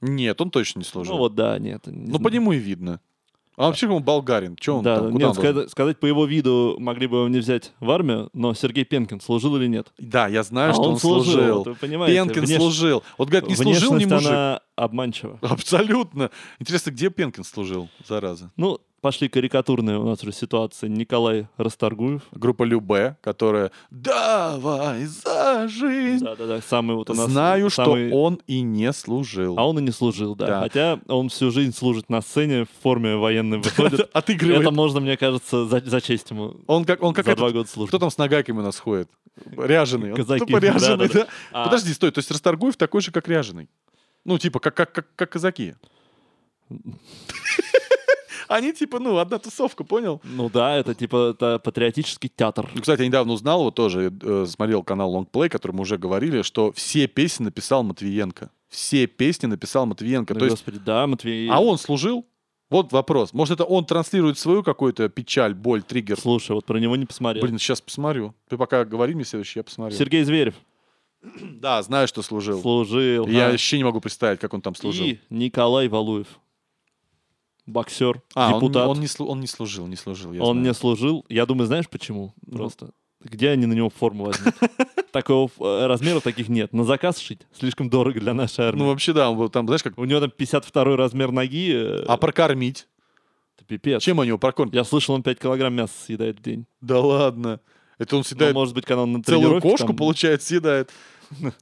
A: Нет, он точно не служил.
B: Ну вот, да, нет. не
A: Ну,
B: знаю.
A: по нему и видно. А вообще, он болгарин. Че он
B: да,
A: там?
B: да,
A: Куда
B: нет,
A: он должен?
B: сказать, сказать по его виду могли бы его не взять в армию, но Сергей Пенкин служил или нет?
A: Да, я знаю,
B: А
A: что он служил.
B: вот вы понимаете.
A: Пенкин
B: внеш-
A: служил. Вот, говорит, не служил не
B: внешность,
A: мужик.
B: она обманчива.
A: Абсолютно. Интересно, где Пенкин служил, зараза?
B: Ну, пошли карикатурные у нас уже ситуации. Николай Расторгуев.
A: Группа Любе, которая «Давай за жизнь».
B: Да-да-да, самый вот у нас...
A: Знаю,
B: самый-
A: что он и не служил.
B: А он и не служил, да.
A: Да.
B: Хотя он всю жизнь служит на сцене, в форме военной выходит.
A: Отыгрывает.
B: Это можно, мне кажется, за- зачесть ему.
A: Он как, он как
B: За
A: этот-
B: два года службы.
A: Кто там с нагайками у нас ходит? Ряженый. Он
B: Казаки.
A: тупо ряженый,
B: Да-да-да.
A: да?
B: А,
A: Подожди, стой. То есть Расторгуев такой же, как ряженый? Ну, типа, как, как, как, как казаки. Они типа, ну, одна тусовка, понял?
B: Ну да, это типа это патриотический театр.
A: Ну, Кстати, я недавно узнал, вот тоже э, смотрел канал Longplay, о котором мы уже говорили, что все песни написал Матвиенко. Все песни написал Матвиенко.
B: Ну,
A: То есть
B: господи, да, Матвей.
A: А он служил? Вот вопрос. Может, это он транслирует свою какую-то печаль, боль, триггер?
B: Слушай, вот про него не посмотрел.
A: Блин, сейчас посмотрю. Ты пока говори мне следующий, я посмотрю.
B: Сергей Зверев
A: Да, знаю, что служил.
B: служил.
A: Я
B: да.
A: вообще не могу представить, как он там служил.
B: И Николай Валуев. Боксер,
A: А, он,
B: депутат.
A: он не, слу- он не служил, не служил. я
B: Он
A: знаю.
B: не служил. Я думаю, знаешь почему?
A: Ну.
B: Просто. Где они на него форму возьмут? Такого э, размера таких нет. На заказ шить слишком дорого для нашей
A: Ну,
B: армии.
A: вообще, да, он был там, знаешь, как...
B: У него там 52 размер ноги. э,
A: А прокормить?
B: это Пипец.
A: Чем они его прокормят?
B: Я слышал, он 5 килограмм мяса съедает в день.
A: Да ладно. Это он
B: Ну,
A: всегда
B: может быть, когда он на
A: целую
B: тренировке
A: кошку,
B: там,
A: получает, съедает.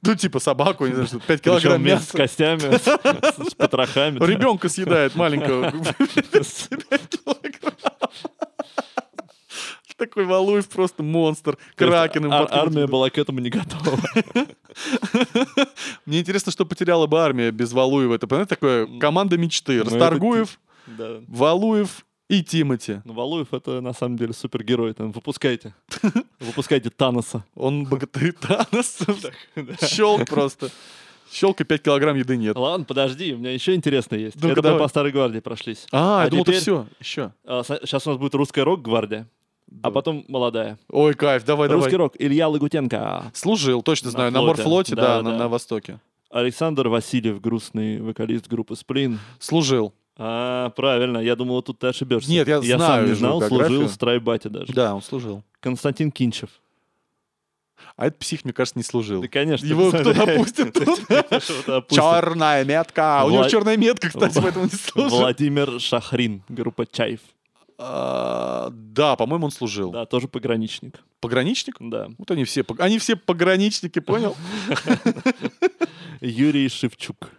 A: Ну, типа собаку, не знаю, что 5
B: причем
A: килограмм
B: вместе с
A: мяса.
B: костями, с- с потрохами. да.
A: Ребенка съедает маленького. Пять килограмм. Такой Валуев просто монстр.
B: То есть
A: Кракен ему
B: ар-
A: подкинут.
B: Армия была к этому не готова.
A: Мне интересно, что потеряла бы армия без Валуева. Это, понимаете, такое команда мечты.
B: Ну, это
A: Расторгуев,
B: Да.
A: Валуев и Тимати.
B: Ну, Валуев это на самом деле супергерой. Там, выпускайте. Выпускайте Таноса.
A: Он богатырь Танос. Щелк просто. Щелк и 5 килограмм еды нет.
B: Ладно, подожди, у меня еще интересное есть.
A: Ну-ка,
B: Это мы
A: давай.
B: по Старой Гвардии прошлись.
A: А,
B: А
A: я думал, это
B: теперь-
A: все. Еще.
B: Сейчас у нас будет русская рок-гвардия, а потом молодая.
A: Ой, кайф, давай,
B: Русский
A: давай.
B: рок. Илья Лагутенко.
A: Служил, точно
B: На
A: знаю, на
B: флоте.
A: морфлоте,
B: Да,
A: да, на
B: да.
A: на востоке.
B: Александр Васильев, грустный вокалист группы Сплин.
A: Служил.
B: А, правильно, я думал, тут ты ошибешься.
A: Нет, я знаю
B: сам не
A: его
B: знал,
A: биографию.
B: служил в Страйбате даже.
A: Да, он служил.
B: Константин Кинчев.
A: А этот псих, мне кажется, не служил.
B: Да, конечно.
A: Его
B: ты
A: кто
B: знаешь.
A: допустит тут?
B: Кто-то опустит.
A: Черная метка. А У него
B: Вла-
A: черная метка, кстати,
B: Вла-
A: поэтому не служил.
B: Владимир Шахрин, группа Чайф.
A: А, Да, по-моему, он служил.
B: Да, тоже пограничник.
A: Пограничник?
B: Да.
A: Вот они все, пог- они все пограничники, понял?
B: Юрий Шевчук.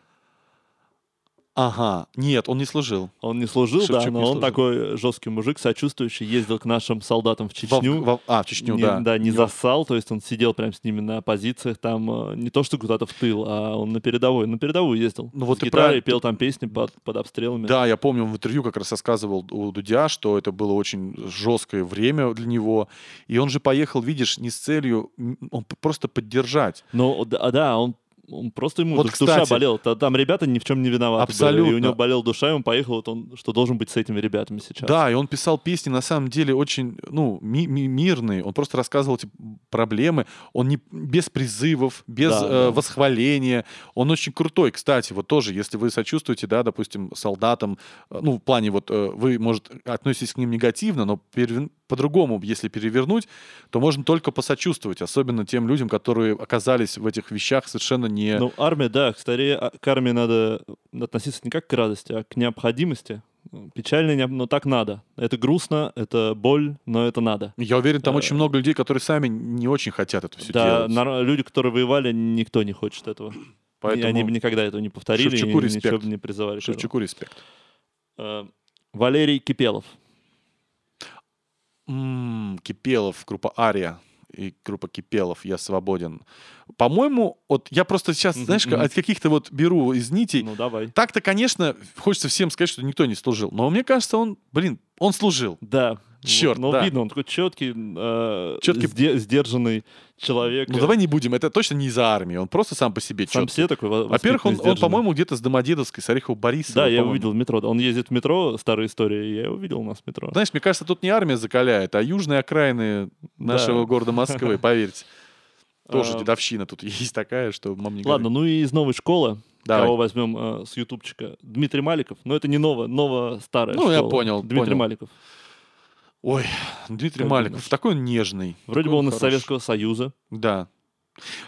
A: Ага, нет, он не служил.
B: Он не служил, да,
A: Шевчук
B: но
A: не
B: он
A: служил.
B: такой э, жесткий мужик, сочувствующий, ездил к нашим солдатам в
A: Во-
B: Чечню.
A: во- А, в Чечню,
B: не,
A: да.
B: не засал, то есть он сидел прям с ними на позициях, там э, не то что куда-то в тыл, а он на передовой, на передовую ездил.
A: Ну вот
B: с
A: ты
B: гитарой
A: правильно-
B: пел там песни под, под обстрелами.
A: Да, я помню, он в интервью как раз рассказывал у Дудя, что это было очень жесткое время для него. И он же поехал, видишь, не с целью, м, он п- просто поддержать.
B: Но да, Ну, а, да, он, он просто ему
A: Вот,
B: душ- душа
A: кстати.
B: болела. Та- Там ребята ни в чем не виноваты. были, и у
A: Абсолютно.
B: него болела душа, и он поехал, вот он, что должен быть с этими ребятами сейчас.
A: Да, и он писал песни, на самом деле, очень, ну, ми- ми- мирные. Он просто рассказывал эти проблемы. Он не без призывов, без
B: Да,
A: э,
B: да.
A: восхваления. Он очень крутой, кстати, вот тоже, если вы сочувствуете, да, допустим, солдатам, э, ну, в плане вот, э, вы, может, относитесь к ним негативно, но перевер- по-другому, если перевернуть, то можно только посочувствовать, особенно тем людям, которые оказались в этих вещах совершенно не...
B: Ну, армия, да, скорее а, к армии надо относиться не как к радости, а к необходимости. Ну, Печально, необ- но так надо. Это грустно, это боль, но это надо.
A: Я уверен, там
B: э,
A: очень много людей, которые сами не очень хотят это все
B: да,
A: делать.
B: нар- люди, которые воевали, никто не хочет этого. И
A: Поэтому
B: Они бы никогда этого не повторили,
A: Шевчуку
B: и
A: респект.
B: ничего бы не призывали. к этому.
A: Шевчуку респект.
B: Э, Валерий Кипелов.
A: М, Кипелов, группа Ария и группа Кипелов, я свободен. По-моему, вот я просто сейчас,
B: Мгм,
A: знаешь,
B: мгм.
A: от каких-то вот беру из нитей.
B: Ну, давай.
A: Так-то, конечно, хочется всем сказать, что никто не служил. Но мне кажется, он, блин, он служил.
B: Да.
A: Чёрт,
B: Ну,
A: да.
B: видно, он такой четкий,
A: Чёткий-
B: сдержанный человек.
A: Ну давай не будем, это точно не из-за армии, он просто сам по себе
B: Сам
A: чёткий.
B: все такой во-
A: Во-первых, он,
B: воспитанный,
A: он, по-моему, где-то с Домодедовской, с Орехова Бориса.
B: Да, я его видел в метро. Он ездит в метро, старая история, я его видел у нас в метро.
A: Знаешь, мне кажется, тут не армия закаляет, а южные окраины
B: Да.
A: нашего города Москвы, поверьте. Тоже
B: А,
A: дедовщина тут есть такая, что мам не
B: Ладно,
A: горюй.
B: ну и из новой школы,
A: Давай.
B: кого возьмем э, с ютубчика, Дмитрий Маликов. Но это не ново, ново старая
A: Ну, я
B: школа.
A: понял,
B: Дмитрий
A: понял.
B: Маликов.
A: Ой, Дмитрий
B: Как
A: Маликов,
B: думаешь?
A: такой он нежный.
B: Вроде
A: такой
B: бы он из
A: хороший.
B: Советского Союза.
A: Да.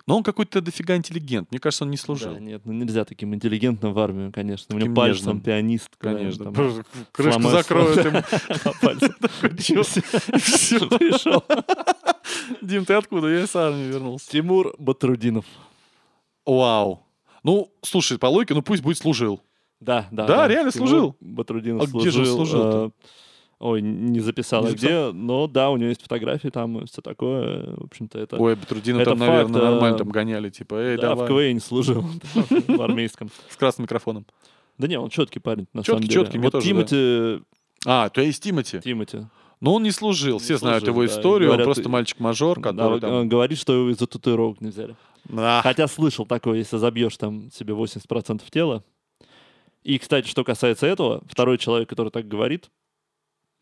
A: Но он какой-то дофига интеллигент. Мне кажется, он не
B: Да,
A: служил.
B: нет, ну нельзя таким интеллигентным в армию, конечно. У
A: Таким
B: него пальцем
A: нежным.
B: пианист. когда
A: Конечно.
B: он там
A: Просто Крышку
B: сломает
A: закроют ему.
B: по пальцам.
A: Чё?
B: Всё, пришёл.
A: Дим, ты откуда? Я с армии вернулся.
B: Тимур Батрудинов.
A: Вау. Ну, слушай, по логике, ну пусть будет служил.
B: Да, да.
A: Да, реально
B: Тимур
A: служил?
B: Батрудинов
A: А где же он служил-то?
B: э, Ой, не записал,
A: Не
B: а
A: записал?
B: где, но да, у него есть фотографии там и все такое. э, В общем-то, это...
A: Ой, Батрудина
B: это
A: там, наверное,
B: факт, а-
A: нормально там гоняли. Типа, эй,
B: да, в
A: давай.
B: КВН служил да, в армейском.
A: С красным микрофоном.
B: Да не, он четкий парень, на
A: Чёткий,
B: самом деле.
A: чёткий, мне
B: вот
A: тоже,
B: Тимати,
A: А, то есть Тимати.
B: Тимати,
A: Но он не служил. Все
B: Не
A: знают
B: служил,
A: его
B: да.
A: историю.
B: Говорят,
A: он просто
B: и-
A: мальчик-мажор, который
B: да,
A: там...
B: он говорит, что его из-за татуировок не взяли.
A: Да.
B: Хотя слышал такое, если забьешь там себе 80% тела, И, кстати, что касается этого, второй человек, который так говорит,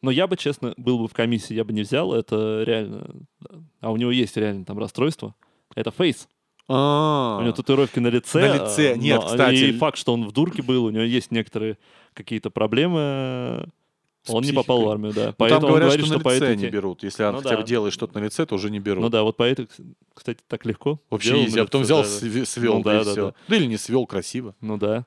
B: но я бы, честно, был бы в комиссии, я бы не взял, это реально... А у него есть реально там расстройство. Это фейс. У него
A: А,
B: татуировки на лице.
A: На лице.
B: а,
A: Нет,
B: но-
A: кстати.
B: И факт, что он в дурке был, у него есть некоторые какие-то проблемы.
A: С
B: Он не попал в
A: психикой.
B: армию, да.
A: ну, Там
B: Поэтому он
A: говорят,
B: говорит,
A: что
B: что,
A: на
B: по
A: лице
B: этой
A: не
B: те-
A: берут. Если она
B: Ну
A: хотя бы
B: да.
A: делает что-то на лице, то уже не берут.
B: Ну да, вот по этой, кстати, так легко.
A: Вообще
B: Делал
A: изи.
B: на
A: А потом
B: лице,
A: взял,
B: да, да.
A: сви- свел,
B: Ну
A: да, и
B: да, да,
A: все.
B: да.
A: Ну или не свел красиво.
B: Ну да.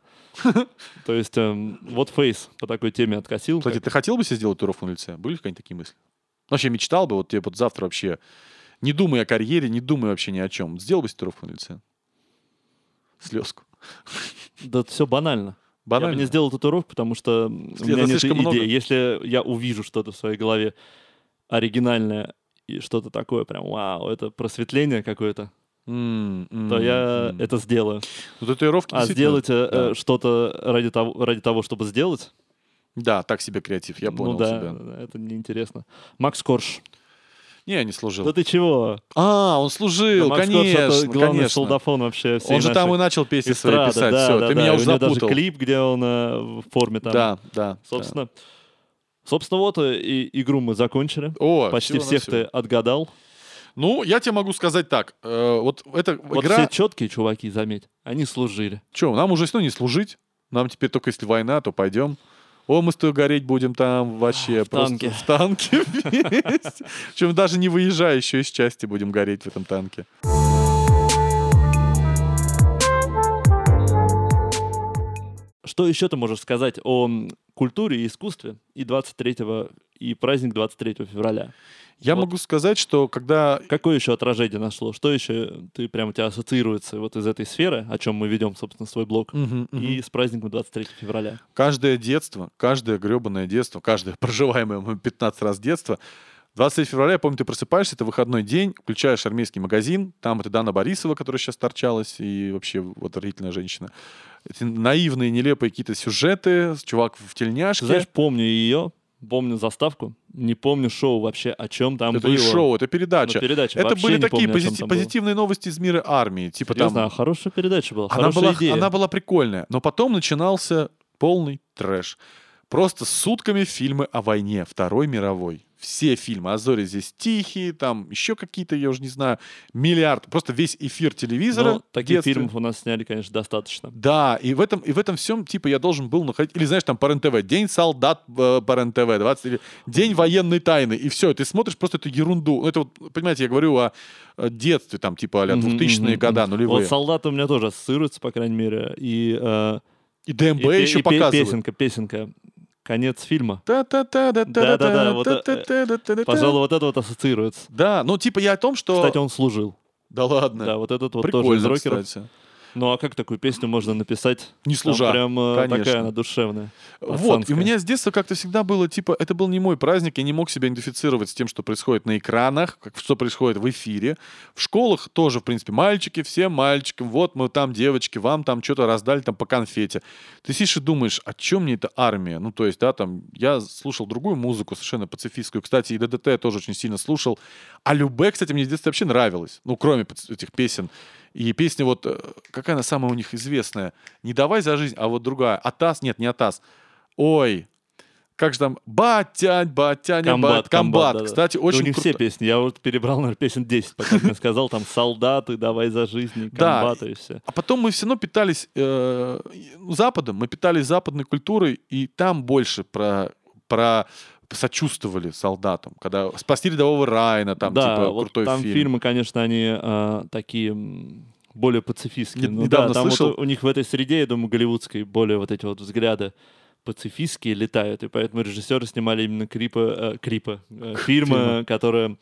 B: То есть эм, вот фейс по такой теме откосил.
A: Кстати, ты хотел бы себе сделать татуировку на лице? Были какие-нибудь такие мысли? Ну, Вообще мечтал бы, вот тебе вот завтра вообще, не думай о карьере, не думай вообще ни о чем. Сделал бы себе татуировку на лице? Слезку.
B: Да все банально. Я бы не
A: Банально.
B: сделал татуировку, потому что
A: Это
B: у меня нет
A: слишком много.
B: идеи. Если я увижу что-то в своей голове оригинальное и что-то такое, прям вау, это просветление какое-то,
A: М, м,
B: то я
A: м.
B: это сделаю.
A: Ну, татуировки
B: А
A: М-м-м. действительно-
B: сделать э, э,
A: да.
B: что-то ради того, ради того, чтобы сделать,
A: Да, так себе креатив, я понял
B: ну да,
A: тебя.
B: это неинтересно. Макс Корж,
A: Не, я не служил.
B: да ты чего?
A: А, он
B: Да
A: служил,
B: Макс Корж
A: конечно,
B: это главный
A: конечно.
B: солдафон вообще всей
A: Он же там и
B: нашей
A: начал песни свои
B: эстрады.
A: писать.
B: Да,
A: Все,
B: да,
A: ты
B: да.
A: меня
B: И
A: уже
B: у него даже
A: запутал.
B: клип, где он э, в форме там.
A: Да, да. да.
B: Собственно, собственно вот э, и игру мы закончили.
A: О,
B: Почти
A: всего-навсего.
B: всех ты отгадал.
A: Ну, я тебе могу сказать так. э, вот эта
B: Вот
A: игра...
B: все четкие чуваки, заметь, они служили.
A: Че, нам уже все не служить. Нам теперь только если война, то пойдем. О, мы с тобой гореть будем там вообще
B: В
A: просто
B: танке.
A: в танке вместе. Причем даже не выезжая еще из части будем гореть в этом танке.
B: Что еще ты можешь сказать о м, культуре и искусстве и 23 и праздник 23 февраля?
A: Я
B: Вот.
A: могу сказать, что когда...
B: Какое еще отражение нашло? Что еще э, ты прям у тебя ассоциируется вот из этой сферы, о чем мы ведем, собственно, свой блог,
A: Мгм, мгм.
B: и с праздником 23 февраля?
A: Каждое детство, каждое гребаное детство, каждое проживаемое мной 15 раз детство, 23 февраля, я помню, ты просыпаешься, это выходной день, включаешь армейский магазин, там это Дана Борисова, которая сейчас торчалась, и вообще вот родительная женщина. Эти наивные, нелепые какие-то сюжеты, с- чувак в тельняшке.
B: Ты знаешь, помню ее, помню заставку, не помню шоу вообще, о чем там
A: это
B: было.
A: не шоу, это
B: Ну,
A: передача.
B: передача.
A: это
B: Вообще
A: были
B: не
A: такие
B: помню, о чем
A: пози-
B: там было.
A: позитивные новости из мира армии. Типа
B: Я
A: там...
B: знаю, хорошая передача была,
A: Она
B: хорошая
A: была,
B: идея.
A: она была прикольная, но потом начинался полный трэш. Просто сутками фильмы о войне, Второй мировой. Все фильмы. «А зори здесь тихие», там еще какие-то, я уже не знаю, миллиард. Просто весь эфир телевизора.
B: Ну,
A: в
B: таких
A: детстве.
B: фильмов у нас сняли, конечно, достаточно.
A: Да, и в этом, и в этом всем, типа, я должен был находить... Или, знаешь, там по РЕН-ТВ, День солдат э, по РЕН-ТВ, 20... Или День военной тайны, и все, ты смотришь просто эту ерунду. Ну, это вот, понимаете, я говорю о э, детстве, там, типа, а 2000-е
B: Мгм,
A: года,
B: мгм.
A: нулевые.
B: Вот солдаты у меня тоже ассоциируются, по крайней мере. И, э,
A: И ДМБ
B: и пе-
A: еще
B: и пе-
A: показывают.
B: Песенка, песенка. Конец фильма. Да-да-да, вот, э, Пожалуй,
A: Пожалуй.
B: вот это вот ассоциируется.
A: Да, ну типа я о том, что...
B: Кстати, он служил.
A: Да
B: Да,
A: ладно.
B: вот этот вот тоже из
A: Прикольно,
B: рокеров.
A: кстати.
B: Ну а как такую песню можно написать?
A: Не
B: Там
A: служа.
B: прям э,
A: конечно.
B: такая она душевная.
A: Вот, и у
B: пацанская.
A: меня с детства как-то всегда было, типа, это был не мой праздник, я не мог себя идентифицировать с тем, что происходит на экранах, как- что происходит в эфире. В школах тоже, в принципе, мальчики, все мальчикам, вот мы там девочки, вам там что-то раздали там по конфете. Ты сидишь и думаешь, а чем мне эта армия? Ну, то есть, да, там, я слушал другую музыку, совершенно пацифистскую, кстати, и ДДТ я тоже очень сильно слушал. А Любэ, кстати, мне с детства вообще нравилось, ну, кроме пац- этих песен. И песня вот, э, какая она самая у них известная? Не «Давай за жизнь», а вот другая. «Атас», нет, не «Атас», Ой, как же там? Батянь, батянь, комбат, комбат.
B: Комбат, комбат, да-да.
A: Кстати,
B: Да
A: очень
B: у них
A: круто.
B: Ну, все песни. Я вот перебрал, наверное, песен 10, пока ты мне сказал. Там солдаты, давай за жизнь,
A: Да.
B: комбаты и все.
A: А потом мы все равно питались э, Западом, мы питались западной культурой, и там больше про, про сочувствовали солдатам, когда спасти рядового Райна, там,
B: да,
A: типа,
B: вот
A: крутой
B: там
A: фильм.
B: фильмы, конечно, они а, такие м, более пацифистские.
A: Не-
B: Ну
A: недавно
B: да, там вот
A: слышал.
B: у, у них в этой среде, я думаю, голливудской, более вот эти вот взгляды пацифистские летают, и поэтому режиссеры снимали именно крипы, э, крипы, э, фильмы,
A: Фильмы.
B: которые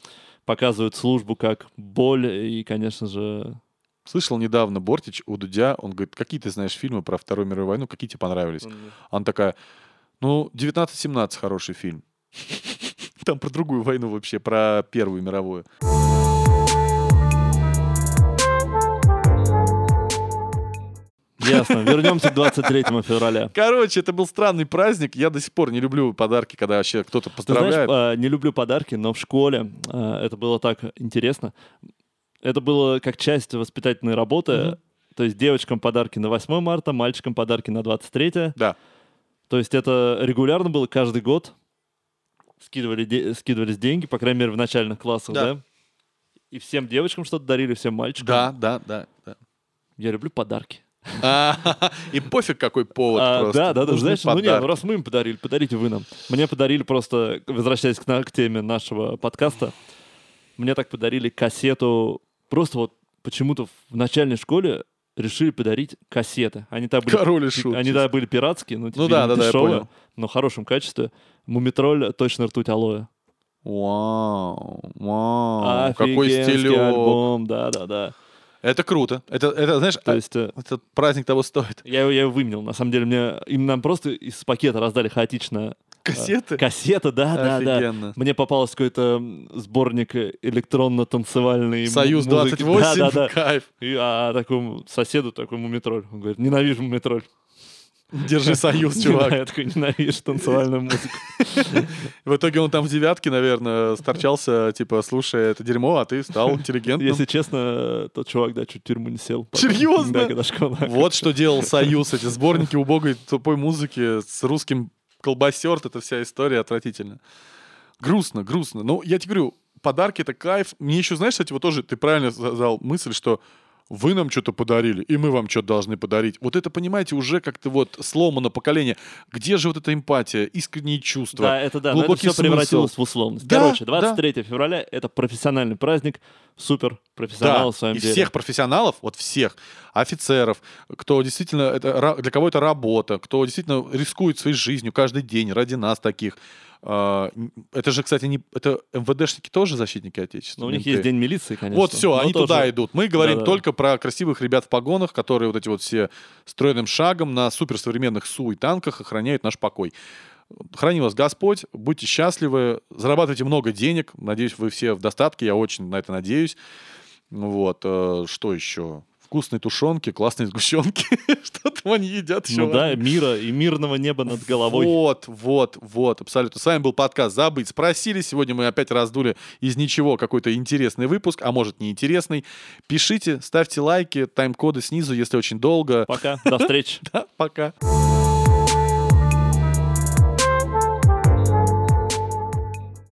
B: показывают службу как боль и, конечно же,
A: Слышал недавно Бортич у Дудя, он говорит, какие ты знаешь фильмы про Вторую мировую войну, какие тебе понравились? Она такая, ну, 1917 хороший фильм. Там про другую войну вообще, про Первую мировую.
B: ясно. Вернемся к 23 февраля.
A: Короче, это был странный праздник. Я до сих пор не люблю подарки, когда вообще кто-то
B: Ты знаешь,
A: поздравляет.
B: э, не люблю подарки, но в школе а, э, это было так интересно. Это было как часть воспитательной работы.
A: Мгм.
B: То есть девочкам подарки на 8 марта, мальчикам подарки на 23.
A: Да.
B: То есть это регулярно было каждый год. Скидывали, де- скидывались деньги, по крайней мере, в начальных классах,
A: Да.
B: да? И всем девочкам что-то дарили, всем мальчикам.
A: Да, да, да. да.
B: Я люблю подарки.
A: А, И пофиг какой повод
B: А,
A: просто.
B: да, да, да,
A: Нужны
B: знаешь, ну нет,
A: подарки.
B: ну раз мы им подарили, подарите вы нам. Мне подарили просто, возвращаясь к, на- к теме нашего подкаста, мне так подарили кассету, просто вот почему-то в начальной школе решили подарить кассеты. Они там были,
A: Король и
B: пи-
A: шут.
B: они да, были пиратские, но типа,
A: Ну да, да, да, я
B: дешевые,
A: понял.
B: но в хорошем качестве. Мумитроль, точно ртуть алоэ.
A: Вау, вау, какой
B: Офигенский
A: стилек.
B: альбом, да-да-да.
A: Это круто. Это, это знаешь,
B: То
A: а-
B: есть... э,
A: это праздник того стоит.
B: Я, его- я его выменил, на самом деле, мне им нам просто из пакета раздали хаотично
A: Кассеты?
B: Кассета, да, А, да, да.
A: Офигенно.
B: Мне попался какой-то м, сборник э, электронно-танцевальный. м-
A: Союз
B: музыки.
A: 28,
B: Да, да, да.
A: кайф.
B: И, а такому соседу, такому метроль. Он говорит, ненавижу метроль.
A: Держи союз, чувак.
B: Я такой, ненавижу танцевальную музыку.
A: В итоге он там в девятке, наверное, сторчался, типа, слушая это дерьмо, а ты стал интеллигентным.
B: Если честно, э, тот чувак, да, чуть в тюрьму не сел. потом.
A: Серьезно?
B: Да, когда школа.
A: Вот что делал Союз, эти сборники убогой тупой музыки с русским колбасерт, это вся история отвратительно. Грустно, грустно. Ну, я тебе говорю, подарки это кайф. Мне еще, знаешь, кстати, вот тоже ты правильно сказал мысль, что вы нам что-то подарили, и мы вам что-то должны подарить. Вот это, понимаете, уже как-то вот сломано поколение. Где же вот эта эмпатия, искренние чувства?
B: Да, это да, но это
A: глубокий
B: все
A: смысл.
B: превратилось в условность.
A: Да,
B: Короче,
A: да.
B: 23 февраля — это профессиональный праздник, супер
A: Да,
B: профессионал в своем
A: и
B: деле.
A: всех профессионалов, вот всех офицеров, кто действительно, это, ра- для кого это работа, кто действительно рискует своей жизнью каждый день ради нас таких. А, н- Это же, кстати, не, это МВДшники тоже защитники Отечества.
B: Но Ну, у них
A: менты?
B: есть день милиции, конечно.
A: Вот все,
B: но
A: они туда
B: Ну, тоже-
A: идут. Мы говорим
B: Да-да-да.
A: только про красивых ребят в погонах, которые вот эти вот все стройным шагом на суперсовременных СУ и танках охраняют наш покой. Храни вас Господь, будьте счастливы, зарабатывайте много денег. Надеюсь, вы все в достатке, я очень на это надеюсь. Вот, э, что еще? Вкусные тушенки, классные сгущенки. Что там они едят еще?
B: Ну да, мира и мирного неба над головой.
A: Вот, вот, вот, абсолютно. С вами был подкаст «Забыть». Спросили, сегодня мы опять раздули из ничего какой-то интересный выпуск, а может неинтересный. Пишите, ставьте лайки, тайм-коды снизу, если очень долго.
B: Пока, до встречи.
A: Да, пока.